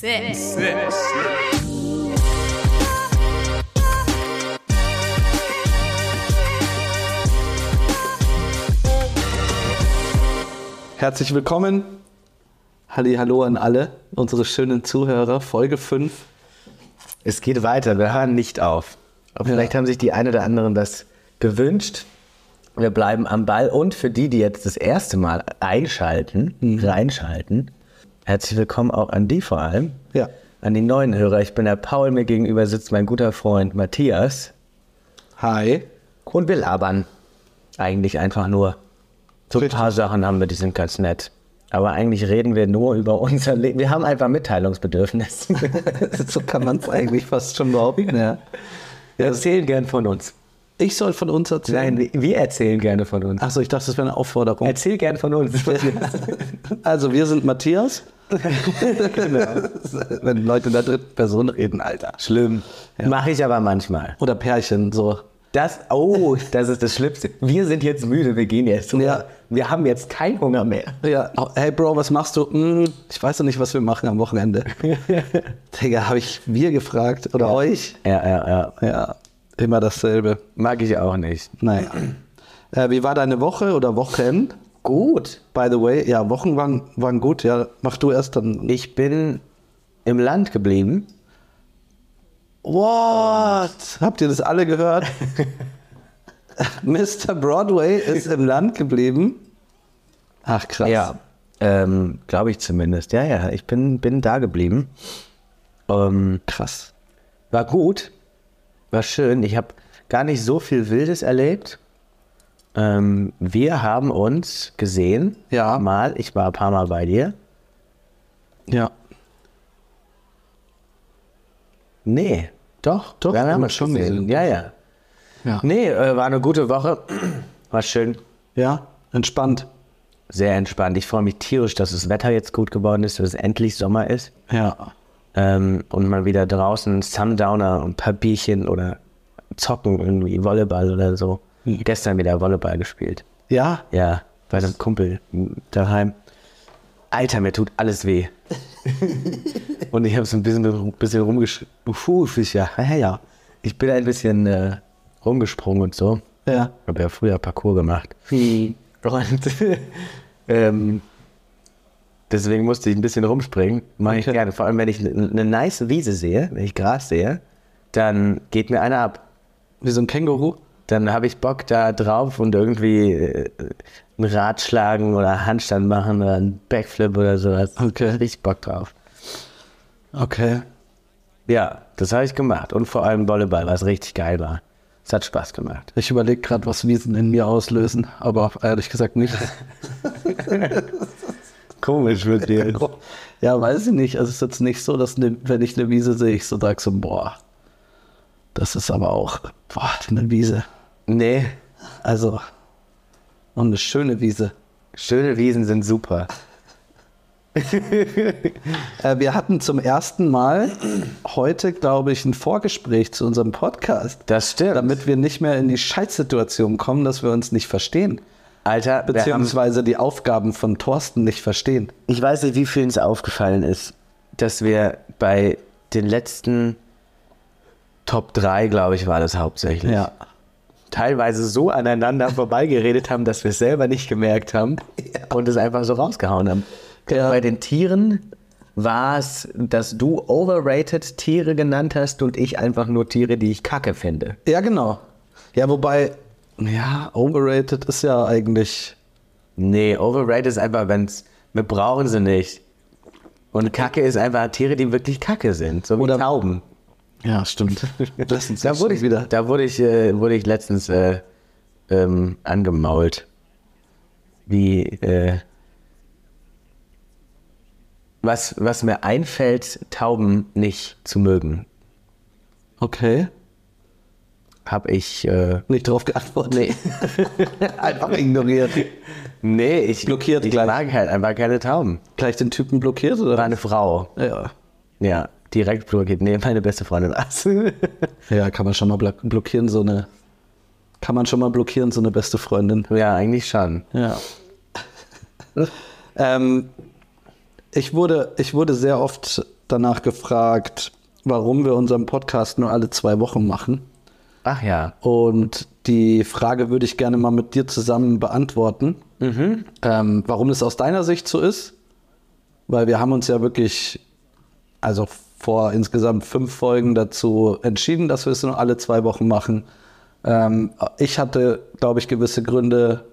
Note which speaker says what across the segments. Speaker 1: six.
Speaker 2: Herzlich willkommen. Halli, hallo an alle, unsere schönen Zuhörer. Folge 5.
Speaker 3: Es geht weiter, wir hören nicht auf. Aber
Speaker 2: Ja.
Speaker 3: vielleicht haben sich die ein oder anderen das gewünscht. Wir bleiben am Ball und für die, die jetzt das erste Mal einschalten, reinschalten, herzlich willkommen auch an die vor allem,
Speaker 2: Ja.
Speaker 3: an die neuen Hörer. Ich bin der Paul, mir gegenüber sitzt mein guter Freund Matthias
Speaker 2: Hi.
Speaker 3: und wir labern eigentlich einfach nur. So ein
Speaker 2: Richtig.
Speaker 3: paar Sachen haben wir, die sind ganz nett. Aber eigentlich reden wir nur über unser Leben. Wir haben einfach Mitteilungsbedürfnis.
Speaker 2: so kann man es eigentlich fast schon behaupten. Ja.
Speaker 3: Wir erzählen gern von uns.
Speaker 2: Ich soll von uns erzählen.
Speaker 3: Nein, wir- wir erzählen gerne von uns.
Speaker 2: Achso, ich dachte, das wäre eine Aufforderung.
Speaker 3: Erzähl gern von uns.
Speaker 2: Also, wir sind Matthias.
Speaker 3: Genau.
Speaker 2: Wenn Leute in der dritten Person reden, Alter.
Speaker 3: Schlimm. Mache ich aber manchmal.
Speaker 2: Oder Pärchen, so.
Speaker 3: Das, oh, das ist das Schlimmste. Wir sind jetzt müde, wir gehen jetzt.
Speaker 2: Ja.
Speaker 3: Wir haben jetzt keinen Hunger mehr.
Speaker 2: Ja, oh, hey Bro, was machst du? Hm, ich weiß noch nicht, was wir machen am Wochenende. Digga, habe ich wir gefragt oder euch?
Speaker 3: Ja, ja, ja.
Speaker 2: Ja, immer dasselbe.
Speaker 3: Mag ich auch nicht.
Speaker 2: Naja. Äh, wie war deine Woche oder Wochen? Gut. By the way, ja, Wochen waren, waren gut. Ja, mach du erst dann.
Speaker 3: Ich bin im Land geblieben.
Speaker 2: What? Habt ihr das alle gehört? Mr. Broadway ist im Land geblieben. Ach, krass.
Speaker 3: Ähm, Glaube ich zumindest. Ja, ja, ich bin, bin da geblieben. Ähm,
Speaker 2: Krass.
Speaker 3: War gut. War schön. Ich habe gar nicht so viel Wildes erlebt. Ähm, wir haben uns gesehen.
Speaker 2: Ja.
Speaker 3: Mal. Ich war ein paar Mal bei dir.
Speaker 2: Ja.
Speaker 3: Nee. Doch.
Speaker 2: Doch,
Speaker 3: Dann
Speaker 2: wir
Speaker 3: haben
Speaker 2: haben
Speaker 3: wir
Speaker 2: uns
Speaker 3: schon
Speaker 2: schon
Speaker 3: gesehen.
Speaker 2: gesehen.
Speaker 3: Ja, ja.
Speaker 2: Ja.
Speaker 3: Nee, äh, war eine gute Woche. War schön.
Speaker 2: Ja, entspannt.
Speaker 3: Sehr entspannt. Ich freue mich tierisch, dass das Wetter jetzt gut geworden ist, dass es endlich Sommer ist.
Speaker 2: Ja.
Speaker 3: Ähm, und mal wieder draußen Sundowner und paar Bierchen oder zocken irgendwie, Volleyball oder so. Gestern wieder Volleyball gespielt.
Speaker 2: Ja,
Speaker 3: Ja, bei einem Kumpel daheim. Alter, mir tut alles weh. Und ich habe so ein bisschen, bisschen rumgeschrieben. Ja, ja, ja. Ich bin ein bisschen äh, rumgesprungen und so.
Speaker 2: ja.
Speaker 3: Ich habe ja früher Parcours gemacht. Hm. Und ähm, deswegen musste ich ein bisschen rumspringen. Mache ich
Speaker 2: Okay.
Speaker 3: gerne. Vor allem, wenn ich eine ne nice Wiese sehe, wenn ich Gras sehe, dann geht mir einer ab
Speaker 2: Wie so ein Känguru.
Speaker 3: dann habe ich Bock da drauf und irgendwie äh, ein Rad schlagen oder Handstand machen oder einen Backflip oder sowas.
Speaker 2: Okay.
Speaker 3: Richtig Bock drauf.
Speaker 2: Okay.
Speaker 3: Ja, das habe ich gemacht. Und vor allem Volleyball, was richtig geil war. Es hat Spaß gemacht.
Speaker 2: Ich überlege gerade, was Wiesen in mir auslösen, aber ehrlich gesagt nicht.
Speaker 3: Komisch mit dir.
Speaker 2: ja, weiß ich nicht. Also es ist jetzt nicht so, dass ne, wenn ich eine Wiese sehe, ich so sage so, boah, das ist aber auch, boah, eine Wiese.
Speaker 3: Nee,
Speaker 2: Also, und eine schöne Wiese.
Speaker 3: schöne Wiesen sind super.
Speaker 2: Äh, wir hatten zum ersten Mal heute, glaube ich, ein Vorgespräch zu unserem Podcast,
Speaker 3: Das stimmt.
Speaker 2: damit wir nicht mehr in die Scheißsituation kommen, dass wir uns nicht verstehen.
Speaker 3: Alter, wir haben,
Speaker 2: Beziehungsweise die Aufgaben von Thorsten nicht verstehen.
Speaker 3: ich weiß nicht, wie vielen es aufgefallen ist, dass wir bei den letzten Top 3, glaube ich, war das hauptsächlich.
Speaker 2: Ja.
Speaker 3: teilweise so aneinander vorbeigeredet haben, dass wir es selber nicht gemerkt haben und es einfach so rausgehauen haben.
Speaker 2: Ja.
Speaker 3: Bei den Tieren war es, dass du overrated Tiere genannt hast und ich einfach nur Tiere, die ich kacke finde.
Speaker 2: Ja, genau. Ja, wobei, ja, overrated ist ja eigentlich.
Speaker 3: Nee, overrated ist einfach, wenn's, wir brauchen sie nicht. Und Kacke ist einfach Tiere, die wirklich Kacke sind, so wie
Speaker 2: Oder-
Speaker 3: Tauben.
Speaker 2: Ja, stimmt. Lass uns
Speaker 3: Da wurde ich wieder, da wurde ich, äh, wurde ich letztens äh, ähm, angemault. Wie, äh, was, was mir einfällt, Tauben nicht zu mögen,
Speaker 2: Okay.
Speaker 3: habe ich, äh,
Speaker 2: Nicht drauf geantwortet. Einfach ignoriert.
Speaker 3: nee, ich,
Speaker 2: Blockiert
Speaker 3: ich
Speaker 2: gleich.
Speaker 3: mag halt einfach keine Tauben.
Speaker 2: Gleich den Typen blockiert oder?
Speaker 3: War eine Frau,
Speaker 2: Ja.
Speaker 3: ja, direkt blockiert. Nee, meine beste Freundin war's.
Speaker 2: Ja, kann man schon mal block- blockieren, so eine. Kann man schon mal blockieren, so eine beste Freundin.
Speaker 3: ja, eigentlich schon.
Speaker 2: Ja. ähm, ich, wurde, ich wurde sehr oft danach gefragt, warum wir unseren Podcast nur alle zwei Wochen machen.
Speaker 3: Ach ja.
Speaker 2: Und die Frage würde ich gerne mal mit dir zusammen beantworten. Ähm, warum das aus deiner Sicht so ist? Weil wir haben uns ja wirklich, also vor insgesamt fünf Folgen dazu entschieden, dass wir es nur alle zwei Wochen machen. Ähm, ich hatte, glaube ich, gewisse Gründe.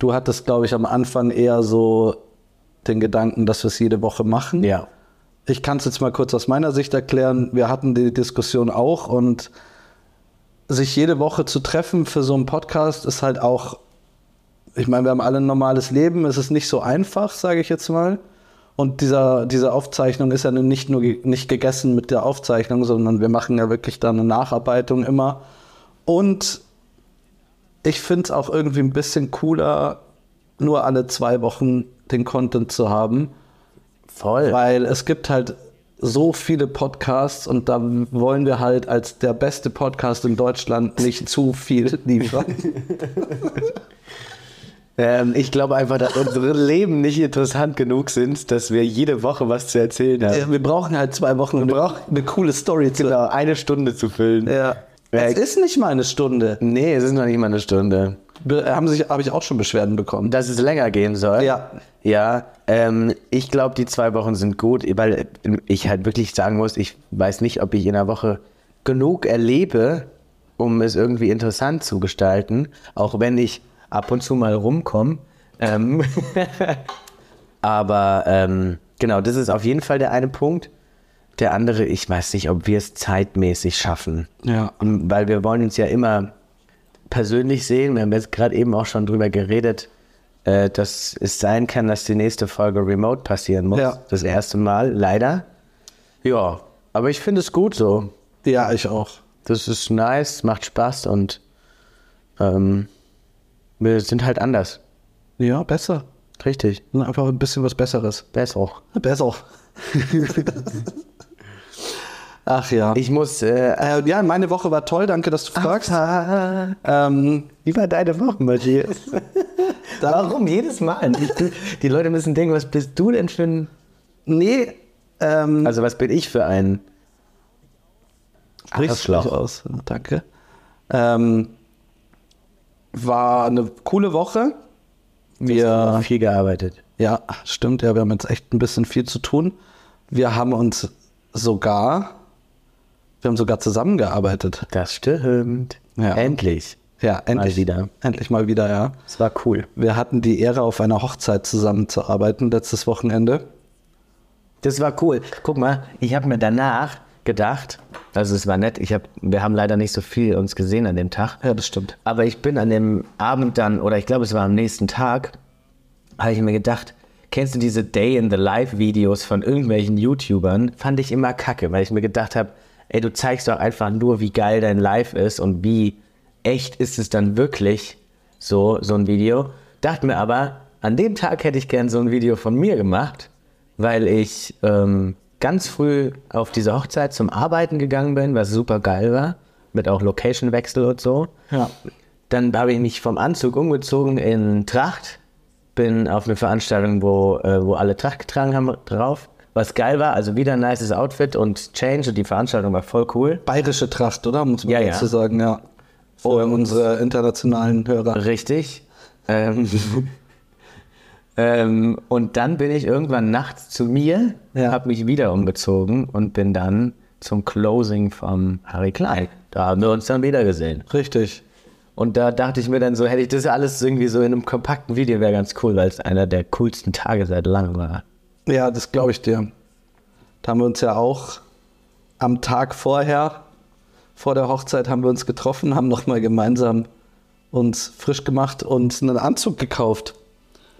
Speaker 2: Du hattest, glaube ich, am Anfang eher so den Gedanken, dass wir es jede Woche machen.
Speaker 3: Ja.
Speaker 2: Ich kann es jetzt mal kurz aus meiner Sicht erklären. Wir hatten die Diskussion auch und sich jede Woche zu treffen für so einen Podcast ist halt auch, ich meine, wir haben alle ein normales Leben, es ist nicht so einfach, sage ich jetzt mal. Und dieser, diese Aufzeichnung ist ja nun nicht nur ge nicht gegessen mit der Aufzeichnung, sondern wir machen ja wirklich da eine Nacharbeitung immer. Und ich finde es auch irgendwie ein bisschen cooler, nur alle zwei Wochen den Content zu haben,
Speaker 3: Voll.
Speaker 2: weil es gibt halt so viele Podcasts und da wollen wir halt als der beste Podcast in Deutschland nicht zu viel liefern.
Speaker 3: Ähm, ich glaube einfach, dass unsere Leben nicht interessant genug sind, dass wir jede Woche was zu erzählen haben.
Speaker 2: Ja, wir brauchen halt zwei Wochen, um eine, eine coole Story zu
Speaker 3: Genau, eine Stunde zu füllen.
Speaker 2: Ja. Es ist nicht mal eine Stunde.
Speaker 3: Nee, es ist noch nicht mal eine Stunde.
Speaker 2: Be haben sich, habe ich auch schon Beschwerden bekommen.
Speaker 3: Dass es länger gehen soll.
Speaker 2: Ja.
Speaker 3: Ja, ähm, ich glaube, die zwei Wochen sind gut, weil ich halt wirklich sagen muss, ich weiß nicht, ob ich in einer Woche genug erlebe, um es irgendwie interessant zu gestalten, auch wenn ich ab und zu mal rumkomme. Ähm, aber ähm, genau, das ist auf jeden Fall der eine Punkt. Der andere, ich weiß nicht, ob wir es zeitmäßig schaffen.
Speaker 2: Ja.
Speaker 3: Und weil wir wollen uns ja immer persönlich sehen. Wir haben jetzt gerade eben auch schon drüber geredet, äh, dass es sein kann, dass die nächste Folge remote passieren muss.
Speaker 2: Ja.
Speaker 3: Das erste Mal, leider. Ja, aber ich finde es gut so.
Speaker 2: Ja, ich auch.
Speaker 3: Das ist nice, macht Spaß und ähm, wir sind halt anders.
Speaker 2: Ja, besser.
Speaker 3: Richtig.
Speaker 2: Und Einfach ein bisschen was Besseres.
Speaker 3: Besser.
Speaker 2: Besser. Ach ja.
Speaker 3: Ich muss. Äh,
Speaker 2: äh, ja, meine Woche war toll, danke, dass du fragst.
Speaker 3: wie
Speaker 2: Ähm,
Speaker 3: war deine Woche, Matthias? Warum jedes Mal? Die, die Leute müssen denken, was bist du denn für ein.
Speaker 2: nee, ähm,
Speaker 3: Also, was bin ich für ein.
Speaker 2: Sprich's
Speaker 3: Arschloch.
Speaker 2: gleich aus. Danke. Ähm, war eine coole Woche. Wir,
Speaker 3: viel gearbeitet.
Speaker 2: ja, stimmt, ja, wir haben jetzt echt ein bisschen viel zu tun. Wir haben uns sogar, wir haben sogar zusammengearbeitet.
Speaker 3: Das stimmt.
Speaker 2: Ja.
Speaker 3: Endlich.
Speaker 2: Ja, endlich
Speaker 3: wieder.
Speaker 2: Endlich mal wieder, ja.
Speaker 3: Es war cool.
Speaker 2: Wir hatten die Ehre, auf einer Hochzeit zusammenzuarbeiten letztes Wochenende.
Speaker 3: Das war cool. Guck mal, ich habe mir danach gedacht, also es war nett, ich hab, wir haben leider nicht so viel uns gesehen an dem Tag,
Speaker 2: Ja, das stimmt.
Speaker 3: aber ich bin an dem Abend dann, oder ich glaube es war am nächsten Tag, habe ich mir gedacht, kennst du diese Day in the Life Videos von irgendwelchen YouTubern? Fand ich immer kacke, weil ich mir gedacht habe, ey, du zeigst doch einfach nur, wie geil dein Live ist und wie echt ist es dann wirklich so, so ein Video. Dachte mir aber, an dem Tag hätte ich gern so ein Video von mir gemacht, weil ich ähm, ganz früh auf diese Hochzeit zum Arbeiten gegangen bin, was super geil war, mit auch Location-Wechsel und so.
Speaker 2: Ja.
Speaker 3: Dann habe ich mich vom Anzug umgezogen in Tracht. Bin auf eine Veranstaltung, wo, äh, wo alle Tracht getragen haben, drauf. Was geil war, also wieder ein nices Outfit und Change. Und die Veranstaltung war voll cool.
Speaker 2: Bayerische Tracht, oder? Muss man
Speaker 3: Ja, ja.
Speaker 2: dazu sagen, ja. Für unsere internationalen Hörer.
Speaker 3: Richtig. Ähm, ähm, und dann bin ich irgendwann nachts zu mir,
Speaker 2: Ja.
Speaker 3: habe mich wieder umgezogen und bin dann zum Closing vom Harry Klein. Da haben wir uns dann wieder gesehen.
Speaker 2: Richtig.
Speaker 3: Und da dachte ich mir dann so, hätte ich das alles irgendwie so in einem kompakten Video, wäre ganz cool, weil es einer der coolsten Tage seit langem war.
Speaker 2: Ja, das glaube ich dir. Da haben wir uns ja auch am Tag vorher, vor der Hochzeit, haben wir uns getroffen, haben nochmal gemeinsam uns frisch gemacht und einen Anzug gekauft.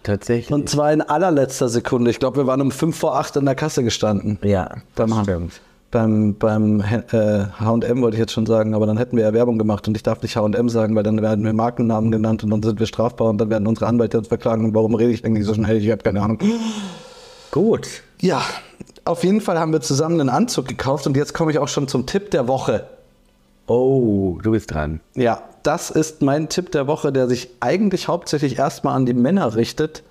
Speaker 3: Tatsächlich.
Speaker 2: Und zwar in allerletzter Sekunde. Ich glaube, wir waren um 5 vor 8 an der Kasse gestanden.
Speaker 3: ja,
Speaker 2: Beim H-
Speaker 3: stimmt.
Speaker 2: Beim, beim äh, H&M wollte ich jetzt schon sagen, aber dann hätten wir ja Werbung gemacht und ich darf nicht H&M sagen, weil dann werden wir Markennamen genannt und dann sind wir strafbar und dann werden unsere Anwälte uns verklagen und warum rede ich eigentlich so schnell? Ich habe keine Ahnung.
Speaker 3: Gut.
Speaker 2: Ja, auf jeden Fall haben wir zusammen einen Anzug gekauft und jetzt komme ich auch schon zum Tipp der Woche.
Speaker 3: Oh, du bist dran.
Speaker 2: Ja, das ist mein Tipp der Woche, der sich eigentlich hauptsächlich erstmal an die Männer richtet.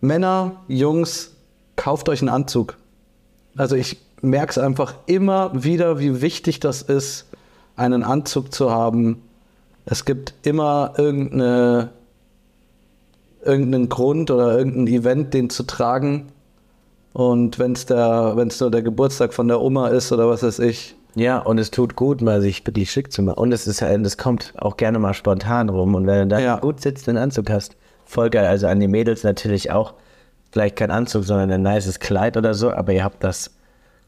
Speaker 2: Männer, Jungs, kauft euch einen Anzug. also ich merke es einfach immer wieder, wie wichtig das ist, einen Anzug zu haben. Es gibt immer irgendeine, irgendeinen Grund oder irgendein Event, den zu tragen. Und wenn es der, wenn's nur der Geburtstag von der Oma ist oder was weiß ich.
Speaker 3: Ja, und es tut gut, mal sich wirklich schick zu machen. Und es ist halt- das kommt auch gerne mal spontan rum. Und wenn du da
Speaker 2: Ja.
Speaker 3: gut sitzt und einen Anzug hast, voll geil. Also an die Mädels natürlich auch vielleicht kein Anzug, sondern ein nices Kleid oder so. Aber ihr habt das,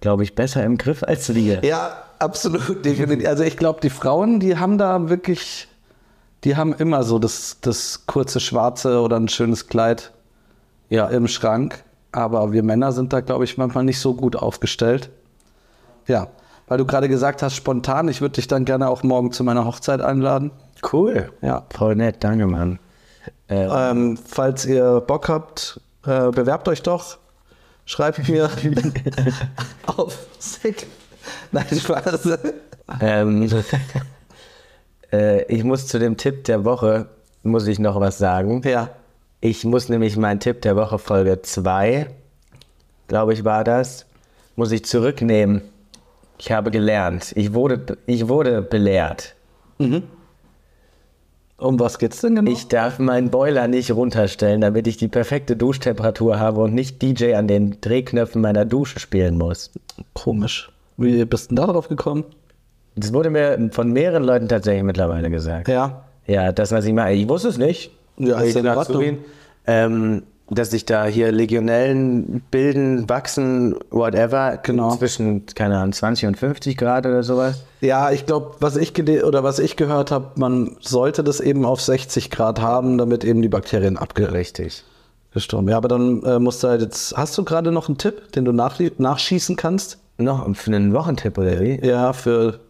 Speaker 3: glaube ich, besser im Griff als wir.
Speaker 2: Ja, absolut. definitiv. Also ich glaube, die Frauen, die haben da wirklich, die haben immer so das, das kurze Schwarze oder ein schönes Kleid
Speaker 3: Ja,
Speaker 2: im Schrank. Aber wir Männer sind da, glaube ich, manchmal nicht so gut aufgestellt. Ja, weil du gerade gesagt hast, spontan, ich würde dich dann gerne auch morgen zu meiner Hochzeit einladen.
Speaker 3: cool.
Speaker 2: Ja.
Speaker 3: Voll nett, danke, Mann. Äh,
Speaker 2: Ähm, falls ihr Bock habt, äh, bewerbt euch doch. Schreibt mir auf Sick. Nein, Spaß.
Speaker 3: Ähm, äh, ich muss zu dem Tipp der Woche, muss ich noch was sagen.
Speaker 2: Ja.
Speaker 3: Ich muss nämlich meinen Tipp der Woche Folge 2, glaube ich war das, muss ich zurücknehmen. Ich habe gelernt. Ich wurde, ich wurde belehrt.
Speaker 2: Um was geht's denn genau?
Speaker 3: Ich darf meinen Boiler nicht runterstellen, damit ich die perfekte Duschtemperatur habe und nicht DJ an den Drehknöpfen meiner Dusche spielen muss.
Speaker 2: Komisch. Wie bist du denn da drauf gekommen?
Speaker 3: Das wurde mir von mehreren Leuten tatsächlich mittlerweile gesagt.
Speaker 2: Ja.
Speaker 3: Ja, das, was ich mache. Ich wusste es nicht.
Speaker 2: Ja,
Speaker 3: Ich
Speaker 2: ist ja in
Speaker 3: darf
Speaker 2: Ordnung.
Speaker 3: zugeben, Ähm, dass sich da hier Legionellen bilden, wachsen, whatever.
Speaker 2: Genau.
Speaker 3: Zwischen, keine Ahnung, 20 und 50 Grad oder sowas.
Speaker 2: Ja, ich glaube, was ich gele- oder was ich gehört habe, man sollte das eben auf 60 Grad haben, damit eben die Bakterien
Speaker 3: Richtig.
Speaker 2: abgestorben. Ja, aber dann äh, musst du halt jetzt. Hast du gerade noch einen Tipp, den du nachlie- nachschießen kannst?
Speaker 3: Noch für einen Wochentipp oder wie?
Speaker 2: Ja, für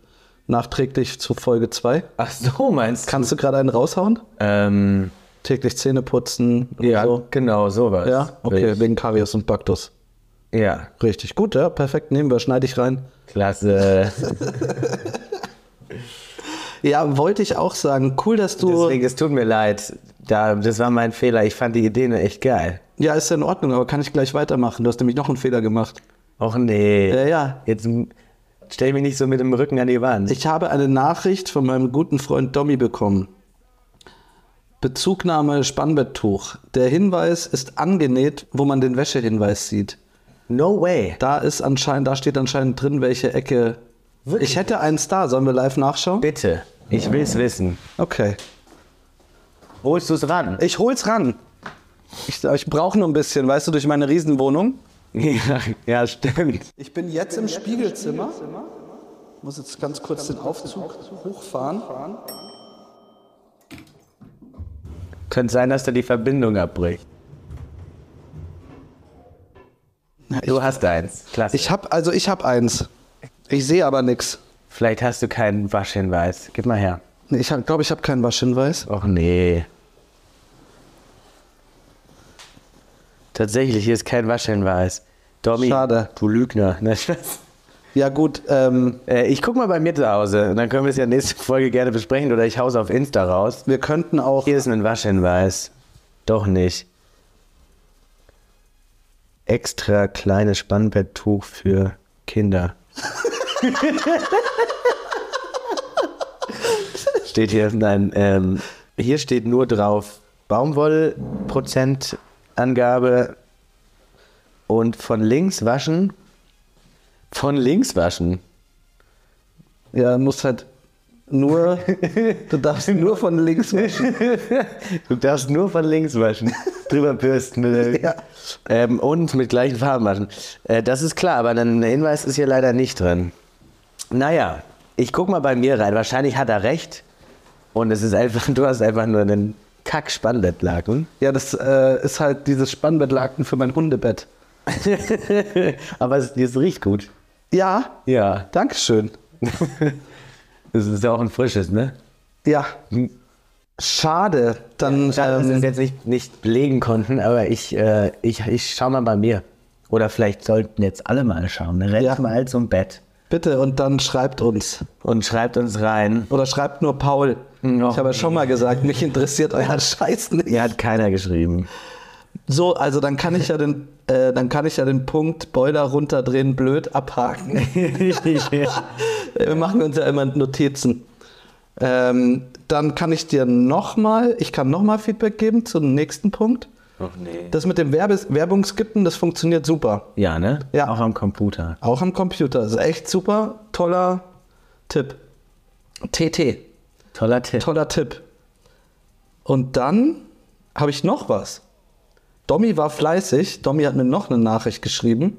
Speaker 2: nachträglich zu Folge 2.
Speaker 3: Ach so, meinst du?
Speaker 2: Kannst du gerade einen raushauen?
Speaker 3: Ähm,
Speaker 2: Täglich Zähne putzen. und
Speaker 3: ja,
Speaker 2: So.
Speaker 3: genau, sowas.
Speaker 2: Ja, okay, wegen Karies und Baktus.
Speaker 3: Ja,
Speaker 2: Richtig gut, ja, perfekt. Nehmen wir, schneide ich rein.
Speaker 3: klasse.
Speaker 2: Ja, wollte ich auch sagen. Cool, dass du.
Speaker 3: Deswegen, es tut mir leid. Da, das war mein Fehler. Ich fand die Idee echt geil.
Speaker 2: Ja, ist ja in Ordnung, aber kann ich gleich weitermachen? Du hast nämlich noch einen Fehler gemacht.
Speaker 3: Och nee.
Speaker 2: Ja, ja.
Speaker 3: Jetzt m- stell mich nicht so mit dem Rücken an die Wand.
Speaker 2: Ich habe eine Nachricht von meinem guten Freund Dommy bekommen. Bezugnahme Spannbetttuch. Der Hinweis ist angenäht, wo man den Wäschehinweis sieht.
Speaker 3: no way.
Speaker 2: Da ist anscheinend, da steht anscheinend drin, welche Ecke.
Speaker 3: Wirklich?
Speaker 2: Ich hätte einen Star. Sollen wir live nachschauen?
Speaker 3: Bitte, ich will's wissen.
Speaker 2: Okay.
Speaker 3: Holst du's ran?
Speaker 2: Ich hol's ran. Ich, ich brauche nur ein bisschen, weißt du, durch meine Riesenwohnung.
Speaker 3: Ja, ja stimmt.
Speaker 2: Ich bin jetzt im Spiegelzimmer. Muss jetzt ganz kurz den Aufzug hochfahren.
Speaker 3: Könnte sein, dass da die Verbindung abbricht. Du hast eins. Klasse.
Speaker 2: Ich hab, also ich hab eins. Ich sehe aber nichts.
Speaker 3: Vielleicht hast du keinen Waschhinweis. Gib mal her.
Speaker 2: Nee, Ich glaube, ich habe keinen Waschhinweis.
Speaker 3: Och nee. Tatsächlich, hier ist kein Waschhinweis. Domi,
Speaker 2: Schade.
Speaker 3: du Lügner. Na, Spaß.
Speaker 2: Ja, gut, ähm,
Speaker 3: Äh, Ich guck mal bei mir zu Hause und dann können wir es ja nächste Folge gerne besprechen oder ich hau's auf Insta raus.
Speaker 2: wir könnten auch.
Speaker 3: Hier ist ein Waschhinweis. Doch nicht. Extra kleines Spannbetttuch für Kinder. steht hier, nein, ähm, hier steht nur drauf Baumwollprozentangabe und von links waschen. Von links waschen.
Speaker 2: Ja, muss halt nur. du darfst nur von links waschen.
Speaker 3: Du darfst nur von links waschen. Drüber bürsten. Oder?
Speaker 2: Ja.
Speaker 3: Ähm, und mit gleichen Farben waschen. Äh, das ist klar, aber ein Hinweis ist hier leider nicht drin. Naja, ich guck mal bei mir rein. Wahrscheinlich hat er recht. Und es ist einfach, du hast einfach nur einen Kack-Spannbettlaken.
Speaker 2: Ja, das äh, ist halt dieses Spannbettlaken für mein Hundebett.
Speaker 3: aber es, es riecht gut.
Speaker 2: Ja,
Speaker 3: Ja.
Speaker 2: Dankeschön.
Speaker 3: Es ist ja auch ein frisches, ne?
Speaker 2: Ja. Schade. Dann.
Speaker 3: Schade, dass wir
Speaker 2: ähm,
Speaker 3: es jetzt nicht, nicht belegen konnten, aber ich, äh, ich, ich schau mal bei mir. Oder vielleicht sollten jetzt alle mal schauen. Ne? Rennt
Speaker 2: Ja.
Speaker 3: mal zum Bett
Speaker 2: bitte und dann schreibt uns.
Speaker 3: und schreibt uns rein.
Speaker 2: Oder schreibt nur Paul.
Speaker 3: Ja.
Speaker 2: Ich habe ja schon mal gesagt, mich interessiert euer Scheiß nicht.
Speaker 3: Ihr hat keiner geschrieben.
Speaker 2: So, also dann kann ich ja den, äh, dann kann ich ja den Punkt Boiler runterdrehen, blöd abhaken. Wir machen uns ja immer Notizen. Ähm, dann kann ich dir nochmal, ich kann nochmal Feedback geben zum nächsten Punkt.
Speaker 3: Ach nee.
Speaker 2: Das mit dem Werbes Werbungskippen, das funktioniert super.
Speaker 3: Ja, ne?
Speaker 2: Ja.
Speaker 3: Auch am Computer.
Speaker 2: Auch am Computer. Das ist echt super. Toller Tipp. TT.
Speaker 3: Toller Tipp.
Speaker 2: Toller Tipp. Und dann habe ich noch was. Domi war fleißig. Domi hat mir noch eine Nachricht geschrieben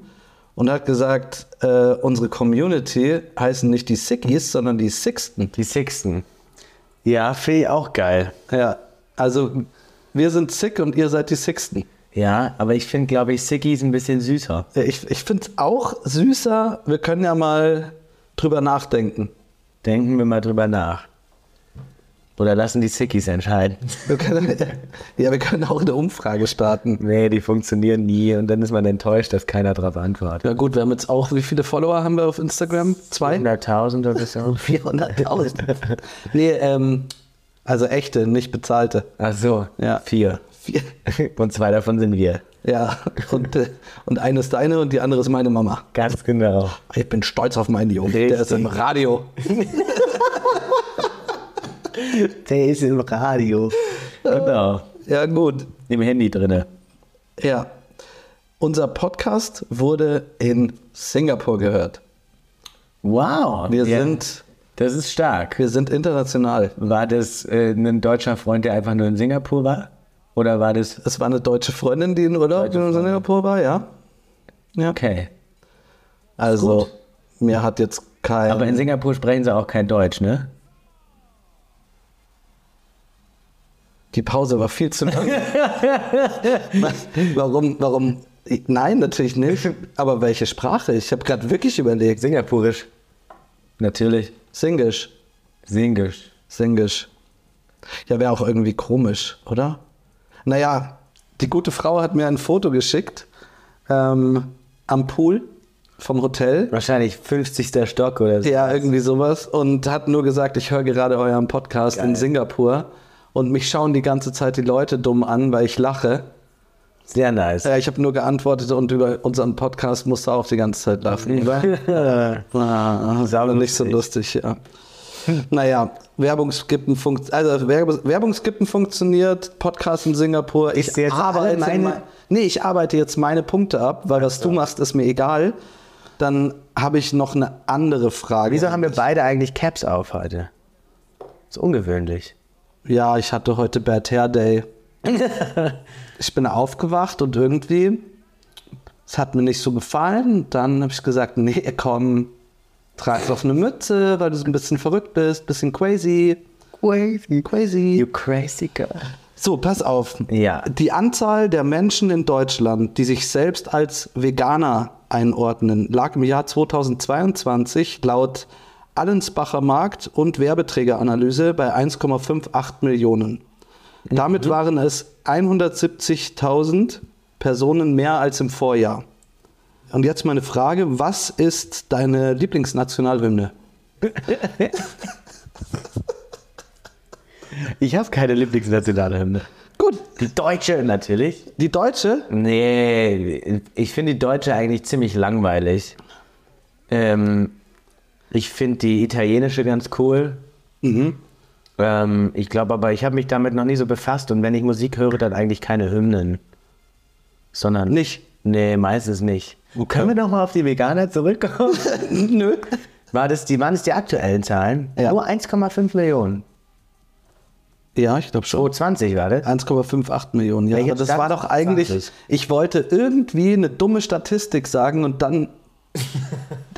Speaker 2: und hat gesagt, äh, unsere Community heißen nicht die Sickies, sondern die Sixten.
Speaker 3: Die Sixten. Ja, finde ich auch geil.
Speaker 2: Ja, also wir sind sick und ihr seid die Sixten.
Speaker 3: Ja, aber ich finde, glaube ich, Sicky ist ein bisschen süßer.
Speaker 2: Ja, Ich, ich finde es auch süßer. Wir können ja mal drüber nachdenken.
Speaker 3: Denken wir mal drüber nach. Oder lassen die Sickies entscheiden.
Speaker 2: Wir können, ja, wir können auch eine Umfrage starten.
Speaker 3: Nee, die funktionieren nie und dann ist man enttäuscht, dass keiner drauf antwortet.
Speaker 2: Ja gut, wir haben jetzt auch, wie viele Follower haben wir auf Instagram? Zwei?
Speaker 3: 100.000 oder so.
Speaker 2: 400.000. nee, ähm, also echte, nicht bezahlte.
Speaker 3: Ach so,
Speaker 2: Ja.
Speaker 3: vier.
Speaker 2: Vier.
Speaker 3: Und zwei davon sind wir.
Speaker 2: Ja, und, äh, und eine ist deine und die andere ist meine Mama.
Speaker 3: Ganz genau.
Speaker 2: Ich bin stolz auf meinen Jungen, der ist
Speaker 3: Richtig.
Speaker 2: im Radio.
Speaker 3: Der ist im Radio. Genau.
Speaker 2: Ja gut,
Speaker 3: Im Handy drinne.
Speaker 2: ja. Unser Podcast wurde in Singapur gehört.
Speaker 3: Wow.
Speaker 2: Wir,
Speaker 3: Ja,
Speaker 2: sind,
Speaker 3: Das ist stark.
Speaker 2: wir sind international.
Speaker 3: War das äh, ein deutscher Freund, der einfach nur in Singapur war? Oder war das.
Speaker 2: Es war eine deutsche Freundin, die in Urlaub
Speaker 3: Deutsche
Speaker 2: in
Speaker 3: Freundin.
Speaker 2: Singapur war, ja. Ja.
Speaker 3: Okay.
Speaker 2: Also,
Speaker 3: Gut.
Speaker 2: mir hat jetzt kein.
Speaker 3: Aber in Singapur sprechen sie auch kein Deutsch, ne?
Speaker 2: Die Pause war viel zu lang. warum, warum? Nein, natürlich nicht. Aber welche Sprache? Ich habe gerade wirklich überlegt.
Speaker 3: Singapurisch. Natürlich.
Speaker 2: Singisch.
Speaker 3: Singisch.
Speaker 2: Singisch. Ja, wäre auch irgendwie komisch, oder? Naja, die gute Frau hat mir ein Foto geschickt ähm, am Pool vom Hotel.
Speaker 3: Wahrscheinlich 50. Stock oder so.
Speaker 2: Ja, irgendwie sowas. Und hat nur gesagt, ich höre gerade euren Podcast in
Speaker 3: Geil.
Speaker 2: Singapur. Und mich schauen die ganze Zeit die Leute dumm an, weil ich lache.
Speaker 3: Sehr nice.
Speaker 2: Ja, ich habe nur geantwortet und über unseren Podcast musste auch die ganze Zeit lachen. Ah, das war nicht so lustig, ja. Naja, Werbungskippen funkt also Werbe- Werbungskippen funktioniert, Podcast in Singapur. Ich
Speaker 3: Ist jetzt
Speaker 2: arbeite
Speaker 3: allgemeine-
Speaker 2: meine Nee, ich arbeite jetzt meine Punkte ab, weil was du machst, ist mir egal. Dann habe ich noch eine andere Frage.
Speaker 3: Wieso haben wir beide eigentlich Caps auf heute? Ist ungewöhnlich.
Speaker 2: Ja, ich hatte heute Bad Hair Day. ich bin aufgewacht und irgendwie, es hat mir nicht so gefallen. Dann habe ich gesagt, nee, komm, trag doch eine Mütze, weil du so ein bisschen verrückt bist, bisschen crazy.
Speaker 3: Crazy.
Speaker 2: Crazy.
Speaker 3: You crazy girl.
Speaker 2: So, pass auf.
Speaker 3: Ja.
Speaker 2: Die Anzahl der Menschen in Deutschland, die sich selbst als Veganer einordnen, lag im Jahr 2022 laut Allensbacher Markt und Werbeträgeranalyse bei 1,58 Millionen. Damit waren es 170.000 Personen mehr als im Vorjahr. Und jetzt meine Frage, was ist deine Lieblingsnationalhymne?
Speaker 3: Ich habe keine Lieblingsnationale Hymne.
Speaker 2: Gut,
Speaker 3: Die Deutsche natürlich.
Speaker 2: die deutsche?
Speaker 3: Nee, ich finde die Deutsche eigentlich ziemlich langweilig. Ähm, ich finde die italienische ganz cool. Mhm. Ähm, ich glaube aber, ich habe mich damit noch nie so befasst und wenn ich Musik höre, dann eigentlich keine Hymnen. Sondern.
Speaker 2: Nicht?
Speaker 3: Nee, meistens nicht.
Speaker 2: Okay.
Speaker 3: Können wir nochmal auf die Veganer zurückkommen?
Speaker 2: Nö.
Speaker 3: War das die, waren es die aktuellen Zahlen?
Speaker 2: Ja.
Speaker 3: Nur 1,5 Millionen.
Speaker 2: Ja, ich glaube schon.
Speaker 3: 20 war das?
Speaker 2: 1,58 Millionen, ja.
Speaker 3: Welche
Speaker 2: Aber das
Speaker 3: Stadt-
Speaker 2: war doch eigentlich,
Speaker 3: Stadt ist?
Speaker 2: ich wollte irgendwie eine dumme Statistik sagen und dann.